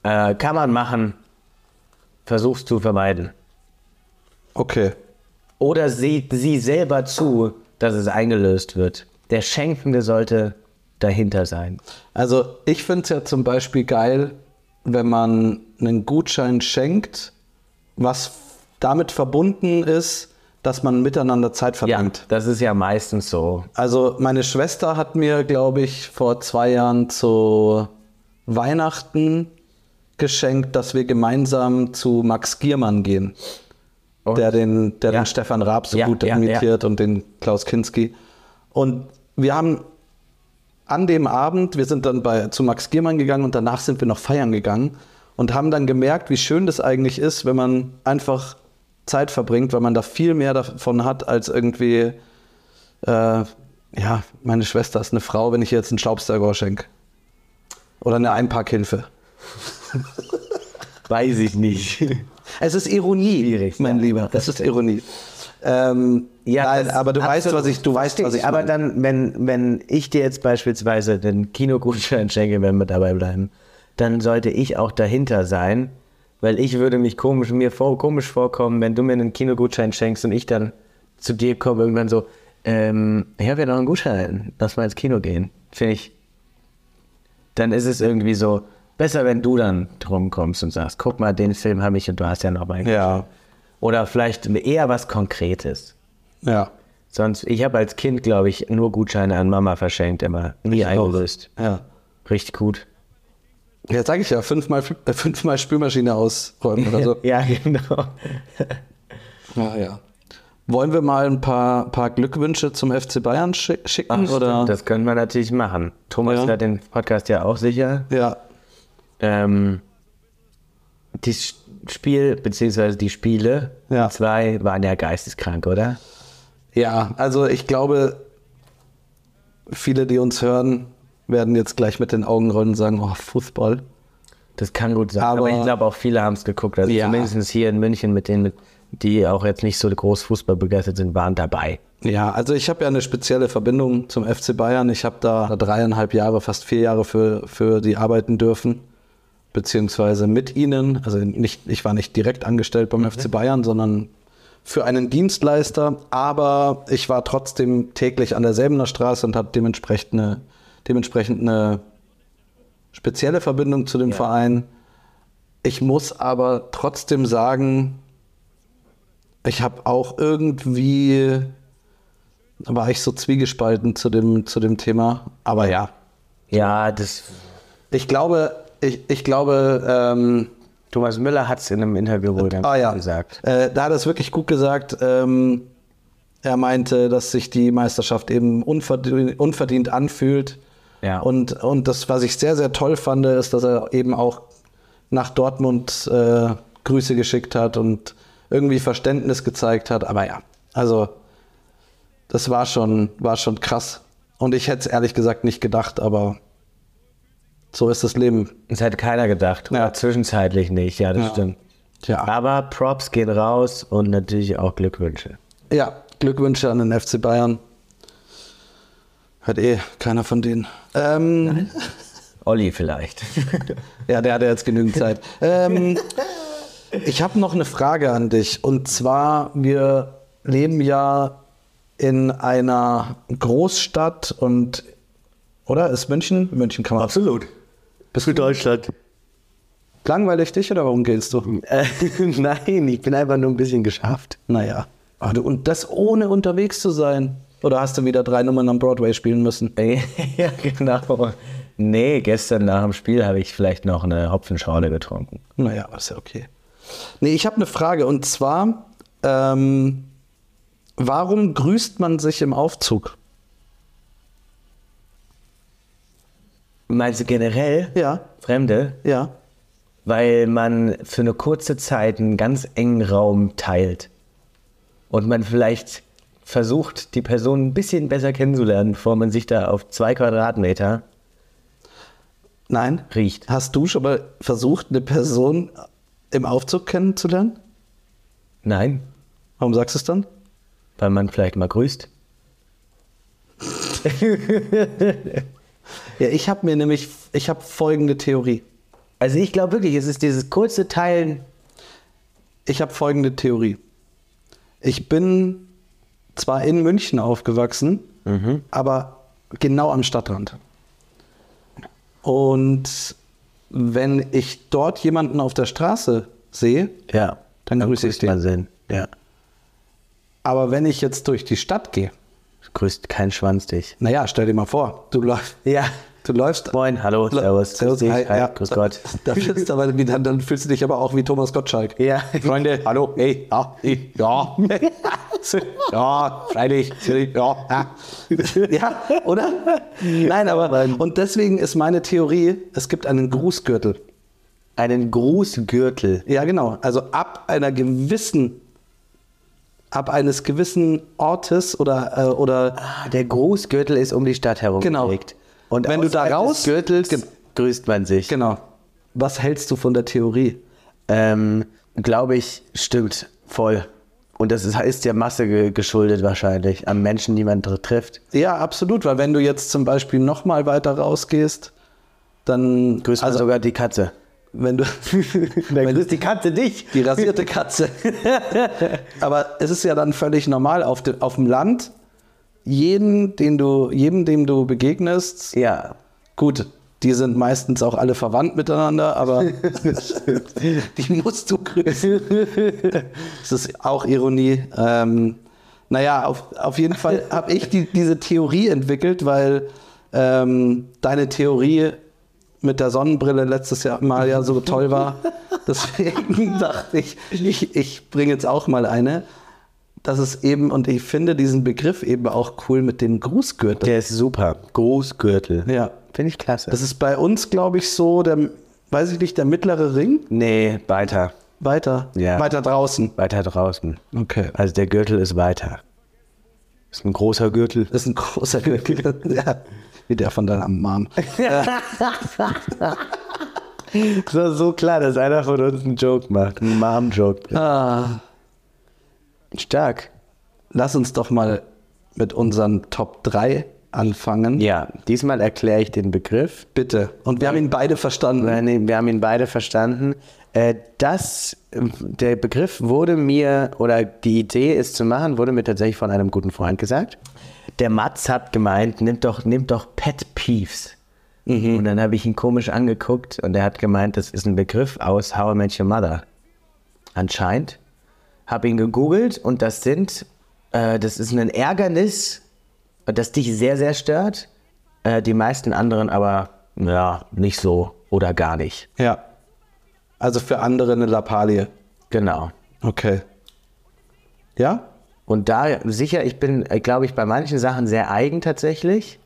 Speaker 3: Äh, kann man machen. Versuch's zu vermeiden.
Speaker 2: Okay.
Speaker 3: Oder sie, sie selber zu, dass es eingelöst wird. Der Schenkende sollte dahinter sein.
Speaker 2: Also ich finde es ja zum Beispiel geil, wenn man einen Gutschein schenkt, was f- damit verbunden ist, dass man miteinander Zeit
Speaker 3: Ja,
Speaker 2: verbringt.
Speaker 3: das ist ja meistens so.
Speaker 2: Also meine Schwester hat mir, glaube ich, vor zwei Jahren zu Weihnachten geschenkt, dass wir gemeinsam zu Max Giermann gehen.
Speaker 3: Und-
Speaker 2: der den, der
Speaker 3: Ja.
Speaker 2: den Stefan Raab so
Speaker 3: Ja,
Speaker 2: gut
Speaker 3: ja,
Speaker 2: imitiert und den Klaus Kinski. Und wir haben an dem Abend, wir sind dann bei, zu Max Giermann gegangen und danach sind wir noch feiern gegangen und haben dann gemerkt, wie schön das eigentlich ist, wenn man einfach Zeit verbringt, weil man da viel mehr davon hat, als irgendwie, äh, ja, meine Schwester ist eine Frau, wenn ich ihr jetzt einen Staubsauger schenke. Oder eine Einparkhilfe.
Speaker 3: Weiß ich nicht.
Speaker 2: Es ist Ironie,
Speaker 3: Schwierig,
Speaker 2: Oh mein
Speaker 3: ja.
Speaker 2: Lieber. Das ist Ironie. Ähm,
Speaker 3: Ja,
Speaker 2: nein,
Speaker 3: das-
Speaker 2: aber du weißt,
Speaker 3: absolut.
Speaker 2: was ich, du weißt, was ich
Speaker 3: aber
Speaker 2: meine.
Speaker 3: dann, wenn, wenn ich dir jetzt beispielsweise den Kinogutschein schenke, wenn wir dabei bleiben, dann sollte ich auch dahinter sein, weil ich würde mich komisch, mir vor, komisch vorkommen, wenn du mir einen Kinogutschein schenkst und ich dann zu dir komme irgendwann so, ähm, ich habe ja noch einen Gutschein, lass mal ins Kino gehen. Finde ich. Dann ist es irgendwie so, besser, wenn du dann drum kommst und sagst, guck mal, den Film habe ich und du hast ja noch mal. einen
Speaker 2: Ja,
Speaker 3: Oder vielleicht eher was Konkretes.
Speaker 2: ja.
Speaker 3: Sonst, ich habe als Kind, glaube ich, nur Gutscheine an Mama verschenkt, immer nie eingelöst.
Speaker 2: Ja.
Speaker 3: Richtig gut.
Speaker 2: Jetzt sage ich ja, fünfmal, äh, fünfmal Spülmaschine ausräumen oder so.
Speaker 3: Ja, genau.
Speaker 2: ja, ja. Wollen wir mal ein paar, paar Glückwünsche zum FC Bayern schi schicken? oder?
Speaker 3: Das können wir natürlich machen. Thomas
Speaker 2: Ja.
Speaker 3: hört den Podcast ja auch sicher.
Speaker 2: Ja,
Speaker 3: Ähm, das Spiel, beziehungsweise die Spiele,
Speaker 2: Ja.
Speaker 3: die zwei waren ja geisteskrank, oder?
Speaker 2: Ja, also ich glaube, viele, die uns hören, werden jetzt gleich mit den Augen rollen und sagen, oh, Fußball.
Speaker 3: Das kann gut sein. Aber,
Speaker 2: Aber-
Speaker 3: ich glaube, auch viele haben es geguckt. Also
Speaker 2: Ja.
Speaker 3: zumindest hier in München mit denen, die auch jetzt nicht so groß Fußball begeistert sind, waren dabei.
Speaker 2: Ja, also ich habe ja eine spezielle Verbindung zum FC Bayern. Ich habe da dreieinhalb Jahre, fast vier Jahre für, für die arbeiten dürfen, beziehungsweise mit ihnen. Also nicht, ich war nicht direkt angestellt beim FC Bayern, sondern für einen Dienstleister, aber ich war trotzdem täglich an derselben Straße und habe dementsprechend eine, dementsprechend eine spezielle Verbindung zu dem
Speaker 3: Ja.
Speaker 2: Verein. Ich muss aber trotzdem sagen, ich habe auch irgendwie war ich so zwiegespalten zu dem, zu dem Thema. Aber ja,
Speaker 3: Ja, das.
Speaker 2: ich glaube, ich, ich glaube, ähm,
Speaker 3: Thomas Müller hat es in einem Interview wohl ganz
Speaker 2: ah ja,
Speaker 3: gut gesagt.
Speaker 2: Äh, da hat er es wirklich gut gesagt. Ähm, er meinte, dass sich die Meisterschaft eben unverdient, unverdient anfühlt.
Speaker 3: Ja.
Speaker 2: Und, und das, was ich sehr, sehr toll fand, ist, dass er eben auch nach Dortmund äh, Grüße geschickt hat und irgendwie Verständnis gezeigt hat. Aber ja, also das war schon, war schon krass. Und ich hätte es ehrlich gesagt nicht gedacht, aber so ist das Leben.
Speaker 3: Das hat keiner gedacht.
Speaker 2: Ja.
Speaker 3: Oder Zwischenzeitlich nicht, ja, das
Speaker 2: Ja.
Speaker 3: stimmt.
Speaker 2: Tja.
Speaker 3: Aber Props gehen raus und natürlich auch Glückwünsche.
Speaker 2: Ja, Glückwünsche an den FC Bayern. Hört eh keiner von denen. Ähm,
Speaker 3: Olli vielleicht.
Speaker 2: ja, der hatte jetzt genügend Zeit. ähm, ich habe noch eine Frage an dich. Und zwar, wir leben ja in einer Großstadt und, oder? Ist München? München kann man.
Speaker 3: Absolut.
Speaker 2: Bist du
Speaker 3: Deutschland.
Speaker 2: langweilig dich oder warum gehst du?
Speaker 3: Äh, nein, ich bin einfach nur ein bisschen geschafft.
Speaker 2: Naja. Ah, du- Und das ohne unterwegs zu sein. Oder hast du wieder drei Nummern am Broadway spielen müssen?
Speaker 3: ja, genau. Nee, gestern nach dem Spiel habe ich vielleicht noch eine Hopfenschorle getrunken.
Speaker 2: Naja, ist ja okay. Nee, ich habe eine Frage und zwar, ähm, warum grüßt man sich im Aufzug?
Speaker 3: Meinst du generell
Speaker 2: Ja,
Speaker 3: Fremde?
Speaker 2: ja.
Speaker 3: Weil man für eine kurze Zeit einen ganz engen Raum teilt. Und man vielleicht versucht, die Person ein bisschen besser kennenzulernen, bevor man sich da auf zwei Quadratmeter
Speaker 2: Nein.
Speaker 3: riecht.
Speaker 2: Hast du schon mal versucht, eine Person im Aufzug kennenzulernen?
Speaker 3: Nein,
Speaker 2: Warum sagst du es dann?
Speaker 3: weil man vielleicht mal grüßt.
Speaker 2: Ja, ich habe mir nämlich, ich habe folgende Theorie.
Speaker 3: Also ich glaube wirklich, es ist dieses kurze Teilen.
Speaker 2: Ich habe folgende Theorie. Ich bin zwar in München aufgewachsen,
Speaker 3: Mhm.
Speaker 2: aber genau am Stadtrand. Und wenn ich dort jemanden auf der Straße sehe,
Speaker 3: Ja,
Speaker 2: dann grüße ich
Speaker 3: grüßt man
Speaker 2: den.
Speaker 3: Sinn. Ja.
Speaker 2: Aber wenn ich jetzt durch die Stadt gehe,
Speaker 3: Grüßt kein Schwanz dich.
Speaker 2: naja, stell dir mal vor, du, läufst,
Speaker 3: Ja.
Speaker 2: du läufst.
Speaker 3: Moin, hallo, servus, grüß dich,
Speaker 2: hi,
Speaker 3: hi,
Speaker 2: ja.
Speaker 3: grüß Gott.
Speaker 2: Da fühlst du aber, wie- dann, dann fühlst du dich aber auch wie Thomas Gottschalk.
Speaker 3: Ja.
Speaker 2: Freunde, hallo, hey, ja, hey, ja. ja, freilich, ja, ja. Ja, oder? Nein, aber, und deswegen ist meine Theorie, es gibt einen Grußgürtel.
Speaker 3: Einen Grußgürtel.
Speaker 2: Ja, genau. Also ab einer gewissen, ab eines gewissen Ortes oder, äh, oder
Speaker 3: Ah, Der Grußgürtel ist um die Stadt herum
Speaker 2: Genau.
Speaker 3: gelegt. Und
Speaker 2: Wenn du da
Speaker 3: außerhalb
Speaker 2: raus-
Speaker 3: des Gürtels
Speaker 2: Gen-
Speaker 3: grüßt man sich.
Speaker 2: genau. Was hältst du von der Theorie?
Speaker 3: Ähm, Glaube ich, stimmt voll. Und das ist, ist der Masse ge geschuldet wahrscheinlich, am Menschen, die man dr- trifft.
Speaker 2: Ja, absolut, weil wenn du jetzt zum Beispiel nochmal weiter rausgehst, dann
Speaker 3: Grüßt also, man sogar die Katze.
Speaker 2: wenn du wenn
Speaker 3: die Katze dich.
Speaker 2: die rasierte Katze. Aber es ist ja dann völlig normal auf, de, auf dem Land. Jeden, den du, jedem, dem du begegnest,
Speaker 3: Ja.
Speaker 2: gut, die sind meistens auch alle verwandt miteinander, aber die musst du grüßen. Das ist auch Ironie. Ähm, naja, auf, auf jeden Fall habe ich die, diese Theorie entwickelt, weil ähm, deine Theorie mit der Sonnenbrille letztes Jahr mal ja so toll war. Deswegen dachte ich, ich, ich bringe jetzt auch mal eine. Das ist eben, und ich finde diesen Begriff eben auch cool mit dem Grußgürtel.
Speaker 3: Der ist super. Grußgürtel.
Speaker 2: Ja.
Speaker 3: Finde ich klasse.
Speaker 2: Das ist bei uns, glaube ich, so der, weiß ich nicht, der mittlere Ring.
Speaker 3: nee, weiter.
Speaker 2: Weiter.
Speaker 3: Ja.
Speaker 2: Weiter draußen.
Speaker 3: Weiter draußen.
Speaker 2: Okay.
Speaker 3: Also der Gürtel ist weiter. Ist ein großer Gürtel.
Speaker 2: Das ist ein großer Gürtel. ja. Wie der von deiner Mom.
Speaker 3: Das war so klar, dass einer von uns einen Joke macht. Einen Mom-Joke.
Speaker 2: Ah,
Speaker 3: Stark.
Speaker 2: lass uns doch mal mit unseren Top 3 anfangen.
Speaker 3: Ja, diesmal erkläre ich den Begriff.
Speaker 2: Bitte. Und wir haben ihn beide verstanden.
Speaker 3: Nein, nee, wir haben ihn beide verstanden. Äh, Das, äh, der Begriff wurde mir, oder die Idee, es zu machen, wurde mir tatsächlich von einem guten Freund gesagt. Der Mats hat gemeint, nimm doch, nimm doch Pet Peeves. Und dann habe ich ihn komisch angeguckt und er hat gemeint, das ist ein Begriff aus How I Met Your Mother. Anscheinend. Habe ihn gegoogelt und das sind, äh, das ist ein Ärgernis, das dich sehr, sehr stört. Äh, die meisten anderen aber, ja, nicht so oder gar nicht.
Speaker 2: Ja. Also für andere eine Lappalie.
Speaker 3: Genau.
Speaker 2: Okay. Ja?
Speaker 3: Und da sicher, ich bin, äh, glaube ich, bei manchen Sachen sehr eigen tatsächlich.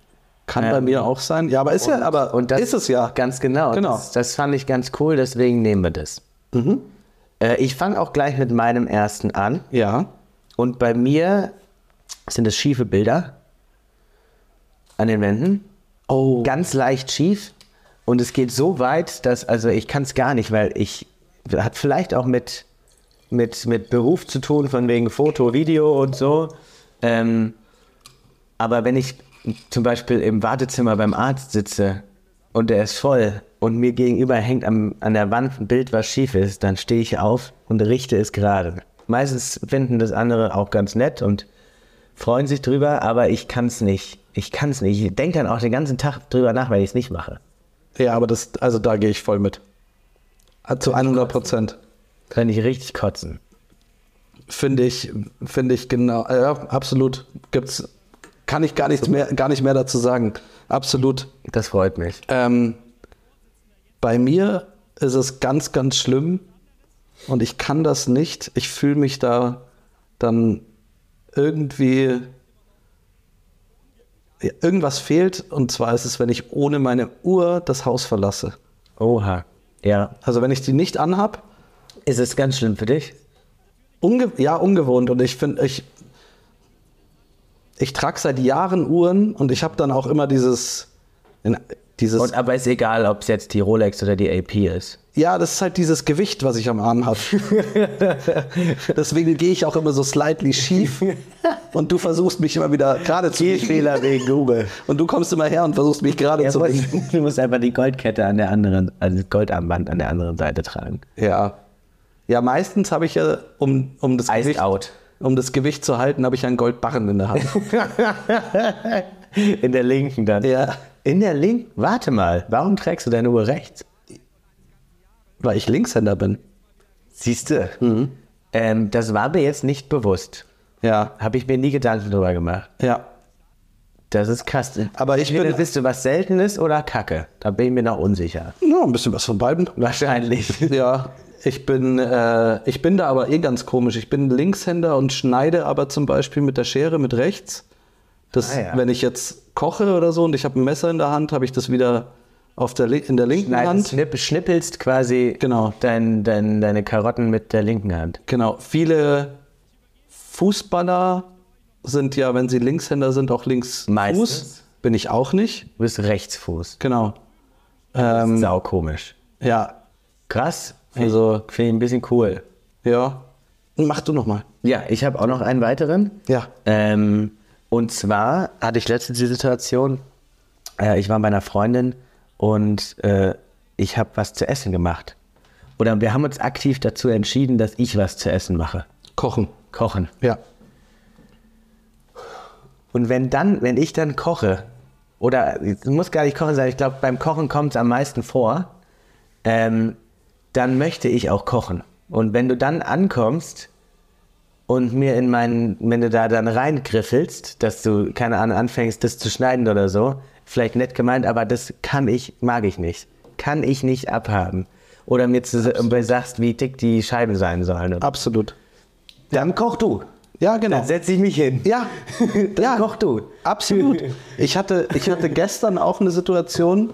Speaker 2: Kann
Speaker 3: Ähm,
Speaker 2: bei mir auch sein. Ja, aber ist ja, aber
Speaker 3: und das
Speaker 2: ist es ja.
Speaker 3: Ganz genau.
Speaker 2: Genau. Mhm.
Speaker 3: Das, das fand ich ganz cool, deswegen nehmen wir das. Äh, ich fange auch gleich mit meinem ersten an.
Speaker 2: Ja.
Speaker 3: Und bei mir sind es schiefe Bilder an den Wänden.
Speaker 2: Oh.
Speaker 3: Ganz leicht schief. Und es geht so weit, dass, also ich kann es gar nicht, weil ich, hat vielleicht auch mit, mit, mit Beruf zu tun, von wegen Foto, Video und so. Ähm, aber wenn ich zum Beispiel im Wartezimmer beim Arzt sitze und der ist voll und mir gegenüber hängt am, an der Wand ein Bild, was schief ist, dann stehe ich auf und richte es gerade. Meistens finden das andere auch ganz nett und freuen sich drüber, aber ich kann es nicht. Ich kann es nicht. Ich denke dann auch den ganzen Tag drüber nach, wenn ich es nicht mache.
Speaker 2: Ja, aber das, also da gehe ich voll mit. Ah, Zu 100 Prozent.
Speaker 3: Kann ich richtig kotzen.
Speaker 2: Finde ich, finde ich genau, ja, absolut. Gibt's, kann ich gar nichts mehr, gar nicht mehr dazu sagen. Absolut.
Speaker 3: Das freut mich.
Speaker 2: Ähm, bei mir ist es ganz, ganz schlimm und ich kann das nicht. Ich fühle mich da dann irgendwie. Ja, irgendwas fehlt und zwar ist es, wenn ich ohne meine Uhr das Haus verlasse.
Speaker 3: Oha. Ja.
Speaker 2: Also wenn ich die nicht anhab,
Speaker 3: Ist es ganz schlimm für dich?
Speaker 2: unge ja, ungewohnt und ich finde, ich, ich trage seit Jahren Uhren und ich habe dann auch immer dieses, dieses
Speaker 3: Und äh, aber ist egal, ob es jetzt die Rolex oder die AP ist.
Speaker 2: Ja, das ist halt dieses Gewicht, was ich am Arm habe. Deswegen gehe ich auch immer so slightly schief. Und du versuchst mich immer wieder gerade zu biegen.
Speaker 3: wegen Google.
Speaker 2: Und du kommst immer her und versuchst mich gerade
Speaker 3: Ja,
Speaker 2: zu
Speaker 3: du,
Speaker 2: biegen.
Speaker 3: musst, du musst einfach die Goldkette an der anderen, also das Goldarmband an der anderen Seite tragen.
Speaker 2: Ja. Ja, meistens habe ich ja, um, um, das
Speaker 3: Iced
Speaker 2: Gewicht,
Speaker 3: out.
Speaker 2: um das Gewicht zu halten, habe ich einen Goldbarren in der Hand.
Speaker 3: In der linken dann.
Speaker 2: ja.
Speaker 3: In der linken? Warte mal, warum trägst du deine Uhr rechts?
Speaker 2: Weil ich Linkshänder bin.
Speaker 3: Siehst du? Ähm, das war mir jetzt nicht bewusst.
Speaker 2: Ja.
Speaker 3: Habe ich mir nie Gedanken drüber gemacht.
Speaker 2: Ja.
Speaker 3: Das ist Kasten.
Speaker 2: Aber ich bin-
Speaker 3: Bist du was Seltenes oder Kacke? Da bin ich mir noch unsicher.
Speaker 2: Ja, ein bisschen was von beiden.
Speaker 3: Wahrscheinlich.
Speaker 2: Ja, ich bin, äh, ich bin da aber eh ganz komisch. Ich bin Linkshänder und schneide aber zum Beispiel mit der Schere mit rechts. Das,
Speaker 3: Ah, ja.
Speaker 2: Wenn ich jetzt koche oder so und ich habe ein Messer in der Hand, habe ich das wieder auf der, lin- in der linken
Speaker 3: Nein,
Speaker 2: Hand.
Speaker 3: schnipp, schnippelst quasi
Speaker 2: Genau.
Speaker 3: dein, dein, deine Karotten mit der linken Hand.
Speaker 2: Genau. Viele Fußballer sind ja, wenn sie Linkshänder sind, auch links
Speaker 3: Meistens.
Speaker 2: Bin ich auch nicht.
Speaker 3: Du bist Rechtsfuß.
Speaker 2: Genau.
Speaker 3: Ähm,
Speaker 2: Ähm,
Speaker 3: Sau komisch.
Speaker 2: ja,
Speaker 3: Krass.
Speaker 2: also
Speaker 3: Finde ich ein bisschen cool.
Speaker 2: ja. Mach du noch mal.
Speaker 3: Ja, ich habe auch noch einen weiteren.
Speaker 2: Ja.
Speaker 3: Ähm, und zwar hatte ich letztens die Situation, äh, ich war bei einer Freundin und äh, ich habe was zu essen gemacht. Oder wir haben uns aktiv dazu entschieden, dass ich was zu essen mache.
Speaker 2: Kochen.
Speaker 3: Kochen.
Speaker 2: Ja.
Speaker 3: Und wenn dann, wenn ich dann koche, oder es muss gar nicht kochen sein, ich glaube, beim Kochen kommt es am meisten vor, ähm, dann möchte ich auch kochen. Und wenn du dann ankommst und mir in meinen, wenn du da dann reingriffelst, dass du, keine Ahnung, anfängst, das zu schneiden oder so, vielleicht nett gemeint, aber das kann ich, mag ich nicht. Kann ich nicht abhaben. Oder mir zu, sagst, wie dick die Scheiben sein sollen.
Speaker 2: Absolut.
Speaker 3: Dann koch du.
Speaker 2: Ja, genau.
Speaker 3: Dann setz ich mich hin.
Speaker 2: Ja,
Speaker 3: Dann
Speaker 2: ja,
Speaker 3: koch du.
Speaker 2: absolut. Ich hatte, ich hatte gestern auch eine Situation,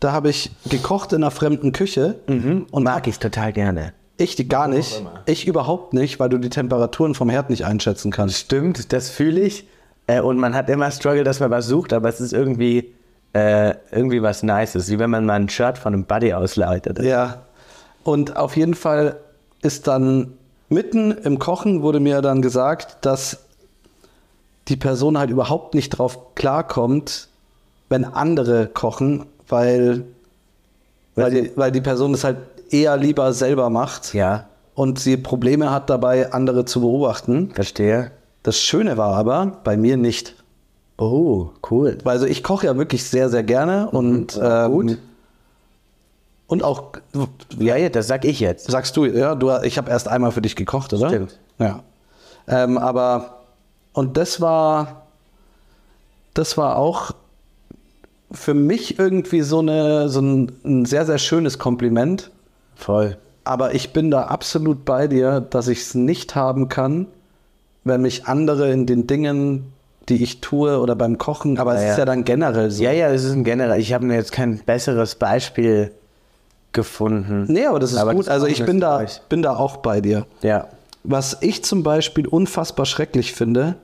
Speaker 2: da habe ich gekocht in einer fremden Küche und
Speaker 3: Mag ich total gerne.
Speaker 2: ich die gar nicht, ich überhaupt nicht, weil du die Temperaturen vom Herd nicht einschätzen kannst.
Speaker 3: Stimmt, das fühle ich. Äh, und man hat immer Struggle, dass man was sucht, aber es ist irgendwie, äh, irgendwie was Nices. Wie wenn man mal ein Shirt von einem Buddy ausleiht. oder-
Speaker 2: Ja. Und auf jeden Fall ist dann mitten im Kochen wurde mir dann gesagt, dass die Person halt überhaupt nicht drauf klarkommt, wenn andere kochen, weil, weil, die, weil die Person es halt eher lieber selber macht
Speaker 3: Ja,
Speaker 2: und sie Probleme hat dabei, andere zu beobachten.
Speaker 3: verstehe.
Speaker 2: Das Schöne war aber bei mir nicht.
Speaker 3: Oh, cool.
Speaker 2: Also ich koche ja wirklich sehr, sehr gerne und ähm,
Speaker 3: Mhm. gut.
Speaker 2: Und auch,
Speaker 3: Ja, ja, das sag ich jetzt.
Speaker 2: sagst du, ja, du, ich habe erst einmal für dich gekocht, oder?
Speaker 3: Stimmt.
Speaker 2: Ja. Ähm, aber, und das war, das war auch für mich irgendwie so, eine, so ein, ein sehr, sehr schönes Kompliment.
Speaker 3: Voll.
Speaker 2: Aber ich bin da absolut bei dir, dass ich es nicht haben kann, wenn mich andere in den Dingen, die ich tue oder beim Kochen, aber es
Speaker 3: Ja,
Speaker 2: ist
Speaker 3: ja.
Speaker 2: ja dann generell so.
Speaker 3: Ja, ja, es ist ein generell. Ich habe mir jetzt kein besseres Beispiel gefunden.
Speaker 2: Nee, aber das ist
Speaker 3: Aber
Speaker 2: gut.
Speaker 3: das
Speaker 2: also
Speaker 3: Kochen
Speaker 2: ich bin
Speaker 3: ist
Speaker 2: da,
Speaker 3: gleich.
Speaker 2: bin da auch bei dir.
Speaker 3: Ja.
Speaker 2: Was ich zum Beispiel unfassbar schrecklich finde,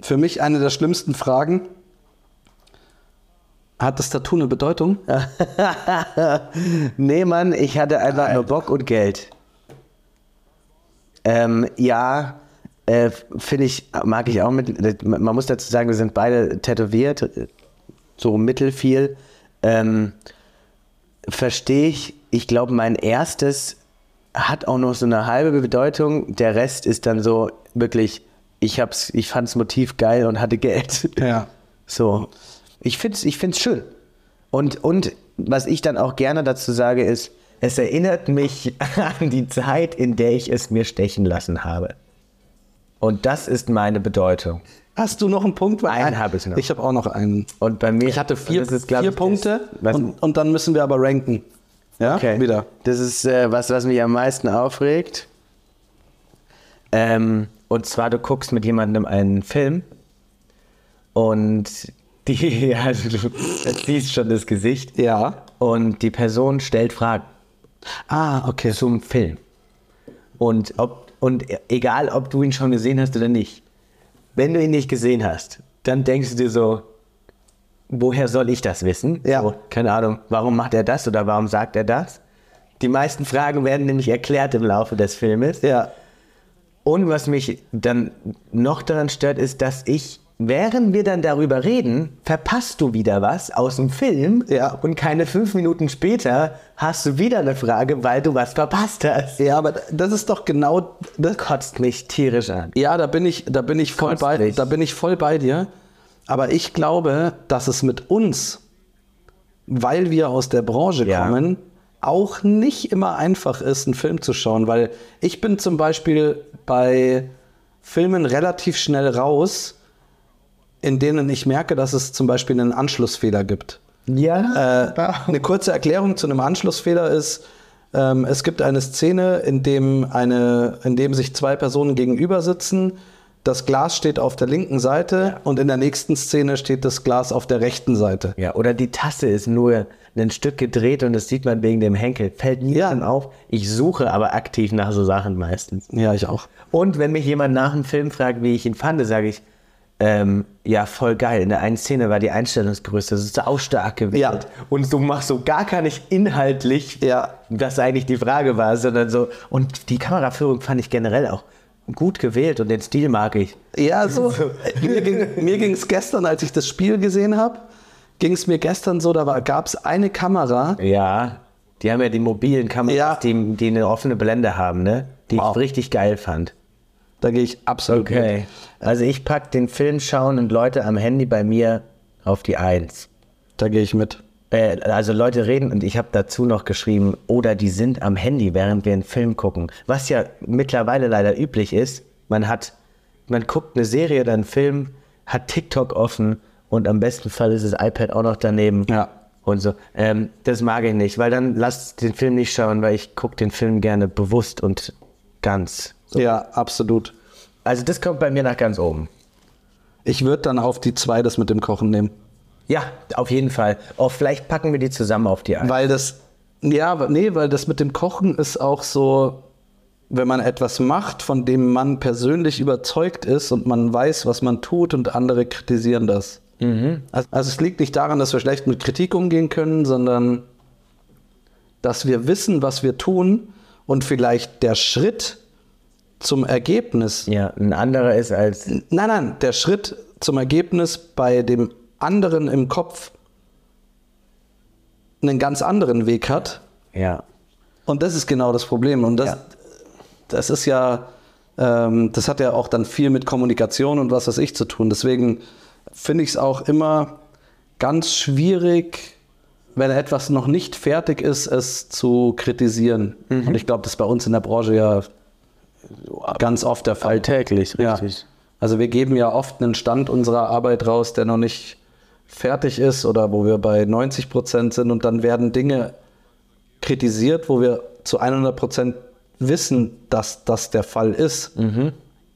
Speaker 2: für mich eine der schlimmsten Fragen, hat das Tattoo eine Bedeutung?
Speaker 3: Nee, Mann, ich hatte einfach nur Bock und Geld. Ähm, ja, äh, finde ich, mag ich auch mit. Man muss dazu sagen, wir sind beide tätowiert, so mittelfiel. Ähm, Verstehe ich. Ich glaube, mein erstes hat auch noch so eine halbe Bedeutung. Der Rest ist dann so wirklich, ich, hab's, ich fand's Motiv geil und hatte Geld.
Speaker 2: Ja.
Speaker 3: So. Ich finde es ich find's schön. Und, und was ich dann auch gerne dazu sage, ist, es erinnert mich an die Zeit, in der ich es mir stechen lassen habe. Und das ist meine Bedeutung.
Speaker 2: Hast du noch einen Punkt? Weil-
Speaker 3: Einen habe ich noch.
Speaker 2: Ich habe auch noch einen.
Speaker 3: Und bei mir.
Speaker 2: Ich hatte vier,
Speaker 3: das ist, glaub
Speaker 2: vier
Speaker 3: ich,
Speaker 2: Punkte
Speaker 3: Das, was,
Speaker 2: und, und dann müssen wir aber ranken. Ja,
Speaker 3: okay.
Speaker 2: wieder.
Speaker 3: Das ist äh, was, was mich am meisten aufregt. Ähm, und zwar, du guckst mit jemandem einen Film und die, also du siehst schon das Gesicht.
Speaker 2: Ja.
Speaker 3: Und die Person stellt Fragen
Speaker 2: Ah, okay.
Speaker 3: zum Film. Und, ob, und egal, ob du ihn schon gesehen hast oder nicht, wenn du ihn nicht gesehen hast, dann denkst du dir so, woher soll ich das wissen?
Speaker 2: Ja.
Speaker 3: So, keine Ahnung, warum macht er das oder warum sagt er das? Die meisten Fragen werden nämlich erklärt im Laufe des Filmes.
Speaker 2: Ja.
Speaker 3: Und was mich dann noch daran stört, ist, dass ich, während wir dann darüber reden, verpasst du wieder was aus dem Film.
Speaker 2: Ja.
Speaker 3: Und keine fünf Minuten später hast du wieder eine Frage, weil du was verpasst hast.
Speaker 2: Ja, aber das ist doch genau das,
Speaker 3: Kotzt mich tierisch an.
Speaker 2: Ja, da bin ich, da bin ich voll bei,
Speaker 3: Kostlich.
Speaker 2: da bin ich voll bei dir. Aber ich glaube, dass es mit uns, weil wir aus der Branche
Speaker 3: Ja.
Speaker 2: kommen, auch nicht immer einfach ist, einen Film zu schauen, weil ich bin zum Beispiel bei Filmen relativ schnell raus, in denen ich merke, dass es zum Beispiel einen Anschlussfehler gibt.
Speaker 3: Ja.
Speaker 2: Äh, eine kurze Erklärung zu einem Anschlussfehler ist, ähm, es gibt eine Szene, in dem, eine, in dem sich zwei Personen gegenüber sitzen. Das Glas steht auf der linken Seite und in der nächsten Szene steht das Glas auf der rechten Seite.
Speaker 3: ja. Oder die Tasse ist nur ein Stück gedreht und das sieht man wegen dem Henkel. Fällt mir
Speaker 2: Ja.
Speaker 3: dann auf. Ich suche aber aktiv nach so Sachen meistens.
Speaker 2: Ja, ich auch.
Speaker 3: Und wenn mich jemand nach dem Film fragt, wie ich ihn fand, sage ich, ähm, ja, voll geil. In der einen Szene war die Einstellungsgröße sau stark gewählt.
Speaker 2: Ja.
Speaker 3: Und du machst so gar gar nicht inhaltlich,
Speaker 2: Ja.
Speaker 3: was eigentlich die Frage war, sondern so. Und die Kameraführung fand ich generell auch gut gewählt und den Stil mag ich.
Speaker 2: Ja, so. mir ging mir ging's gestern, als ich das Spiel gesehen habe, ging es mir gestern so, da gab es eine Kamera.
Speaker 3: Ja. Die haben ja die mobilen Kameras,
Speaker 2: Ja.
Speaker 3: die, die eine offene Blende haben, ne? Die
Speaker 2: Wow.
Speaker 3: ich richtig geil fand.
Speaker 2: Da gehe ich absolut
Speaker 3: Okay. Also ich pack den Film schauen und Leute am Handy bei mir auf die Eins.
Speaker 2: mit. Da gehe ich mit.
Speaker 3: Äh, also Leute reden und ich habe dazu noch geschrieben, oder die sind am Handy, während wir einen Film gucken. Was ja mittlerweile leider üblich ist, man hat, man guckt eine Serie oder einen Film, hat TikTok offen und am besten Fall ist das iPad auch noch daneben.
Speaker 2: Ja.
Speaker 3: Und so. Ähm, das mag ich nicht, weil dann lasst den Film nicht schauen, weil ich gucke den Film gerne bewusst und ganz.
Speaker 2: Ja, absolut.
Speaker 3: Also das kommt bei mir nach ganz oben.
Speaker 2: Ich würde dann auf die zwei das mit dem Kochen nehmen.
Speaker 3: Ja, auf jeden Fall. Auch vielleicht packen wir die zusammen auf die ein.
Speaker 2: Weil das, ja, nee, weil das mit dem Kochen ist auch so, wenn man etwas macht, von dem man persönlich überzeugt ist und man weiß, was man tut und andere kritisieren das. Also, also es liegt nicht daran, dass wir schlecht mit Kritik umgehen können, sondern dass wir wissen, was wir tun und vielleicht der Schritt, zum Ergebnis.
Speaker 3: Ja, ein anderer ist als.
Speaker 2: Nein, nein, der Schritt zum Ergebnis bei dem anderen im Kopf einen ganz anderen Weg hat.
Speaker 3: Ja.
Speaker 2: Und das ist genau das Problem. Und das,
Speaker 3: Ja.
Speaker 2: das ist ja, ähm, das hat ja auch dann viel mit Kommunikation und was weiß ich zu tun. Deswegen finde ich es auch immer ganz schwierig, wenn etwas noch nicht fertig ist, es zu kritisieren. Und ich glaube, das ist bei uns in der Branche ja ganz oft der Fall.
Speaker 3: Alltäglich,
Speaker 2: Ja.
Speaker 3: richtig.
Speaker 2: Also wir geben ja oft einen Stand unserer Arbeit raus, der noch nicht fertig ist oder wo wir bei 90 Prozent sind und dann werden Dinge kritisiert, wo wir zu 100 Prozent wissen, dass das der Fall ist
Speaker 3: Mhm.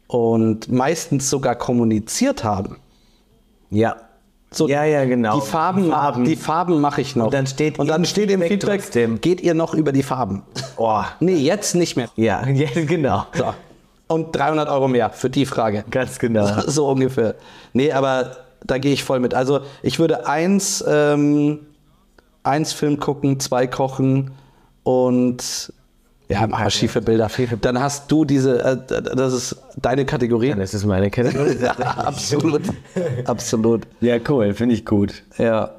Speaker 2: und meistens sogar kommuniziert haben.
Speaker 3: Ja.
Speaker 2: So,
Speaker 3: Ja, ja, genau.
Speaker 2: Die Farben, die
Speaker 3: Die
Speaker 2: Farben,
Speaker 3: Farben.
Speaker 2: mache ich noch.
Speaker 3: Und dann steht
Speaker 2: und dann
Speaker 3: im
Speaker 2: steht im
Speaker 3: Feedback
Speaker 2: Feedback,
Speaker 3: trotzdem.
Speaker 2: geht ihr noch über die Farben?
Speaker 3: Oh.
Speaker 2: Nee, jetzt nicht mehr.
Speaker 3: Ja, ja, genau.
Speaker 2: So. Und 300 Euro mehr für die Frage.
Speaker 3: Ganz genau.
Speaker 2: So ungefähr. Nee, aber da gehe ich voll mit. Also ich würde eins, ähm, eins Film gucken, zwei kochen und ja, ein paar schiefe Bilder. Dann hast du diese, äh, das ist deine Kategorie.
Speaker 3: Das ist meine Kette.
Speaker 2: Ja, absolut. absolut.
Speaker 3: Ja, cool, finde ich gut.
Speaker 2: Ja.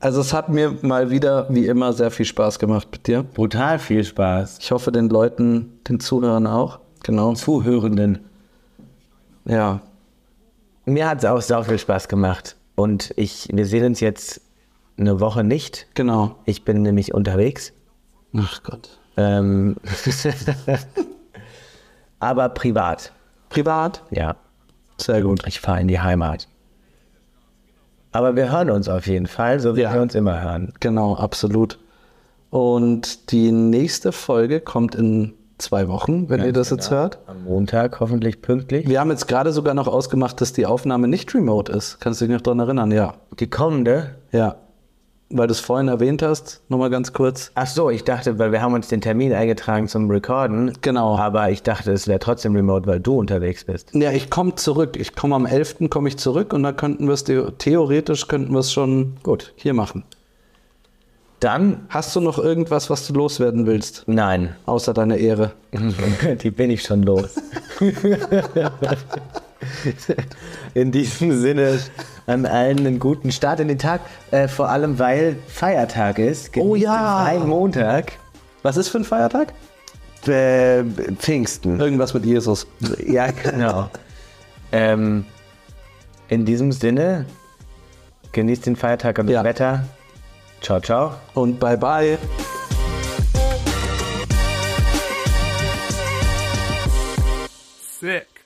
Speaker 2: Also es hat mir mal wieder, wie immer, sehr viel Spaß gemacht mit dir.
Speaker 3: Brutal viel Spaß.
Speaker 2: Ich hoffe den Leuten, den Zuhörern auch. Genau.
Speaker 3: Zuhörenden.
Speaker 2: Ja.
Speaker 3: Mir hat es auch sau viel Spaß gemacht. Und ich, wir sehen uns jetzt eine Woche nicht.
Speaker 2: Genau.
Speaker 3: Ich bin nämlich unterwegs.
Speaker 2: Ach Gott.
Speaker 3: Ähm, aber privat.
Speaker 2: Privat?
Speaker 3: Ja,
Speaker 2: Sehr gut.
Speaker 3: ich fahre in die Heimat. Aber wir hören uns auf jeden Fall, so wie
Speaker 2: Ja.
Speaker 3: wir uns immer hören.
Speaker 2: Genau, absolut. Und die nächste Folge kommt in zwei Wochen, wenn ihr das jetzt hört.
Speaker 3: Am Montag hoffentlich pünktlich.
Speaker 2: Wir haben jetzt gerade sogar noch ausgemacht, dass die Aufnahme nicht remote ist. Kannst du dich noch daran erinnern? Ja.
Speaker 3: Die kommende.
Speaker 2: Ja. Weil du es vorhin erwähnt hast, nochmal ganz kurz.
Speaker 3: Ach so, ich dachte, weil wir haben uns den Termin eingetragen zum Recorden.
Speaker 2: Genau.
Speaker 3: Aber ich dachte, es wäre trotzdem remote, weil du unterwegs bist.
Speaker 2: Ja, ich komme zurück. Ich komme am 11. komme ich zurück und dann könnten wir es the- theoretisch könnten wir es schon
Speaker 3: Gut.
Speaker 2: hier machen.
Speaker 3: Dann?
Speaker 2: Hast du noch irgendwas, was du loswerden willst,
Speaker 3: Nein.
Speaker 2: außer deine Ehre?
Speaker 3: Die bin ich schon los. in diesem Sinne an allen einen guten Start in den Tag. Äh, vor allem, weil Feiertag ist.
Speaker 2: Oh ja.
Speaker 3: Ein Montag.
Speaker 2: Was ist für ein Feiertag?
Speaker 3: Äh, Pfingsten.
Speaker 2: Irgendwas mit Jesus.
Speaker 3: Ja, genau. ähm, in diesem Sinne, genießt den Feiertag und
Speaker 2: Ja.
Speaker 3: das Wetter. Ciao, ciao.
Speaker 2: Und bye bye.
Speaker 1: Sick.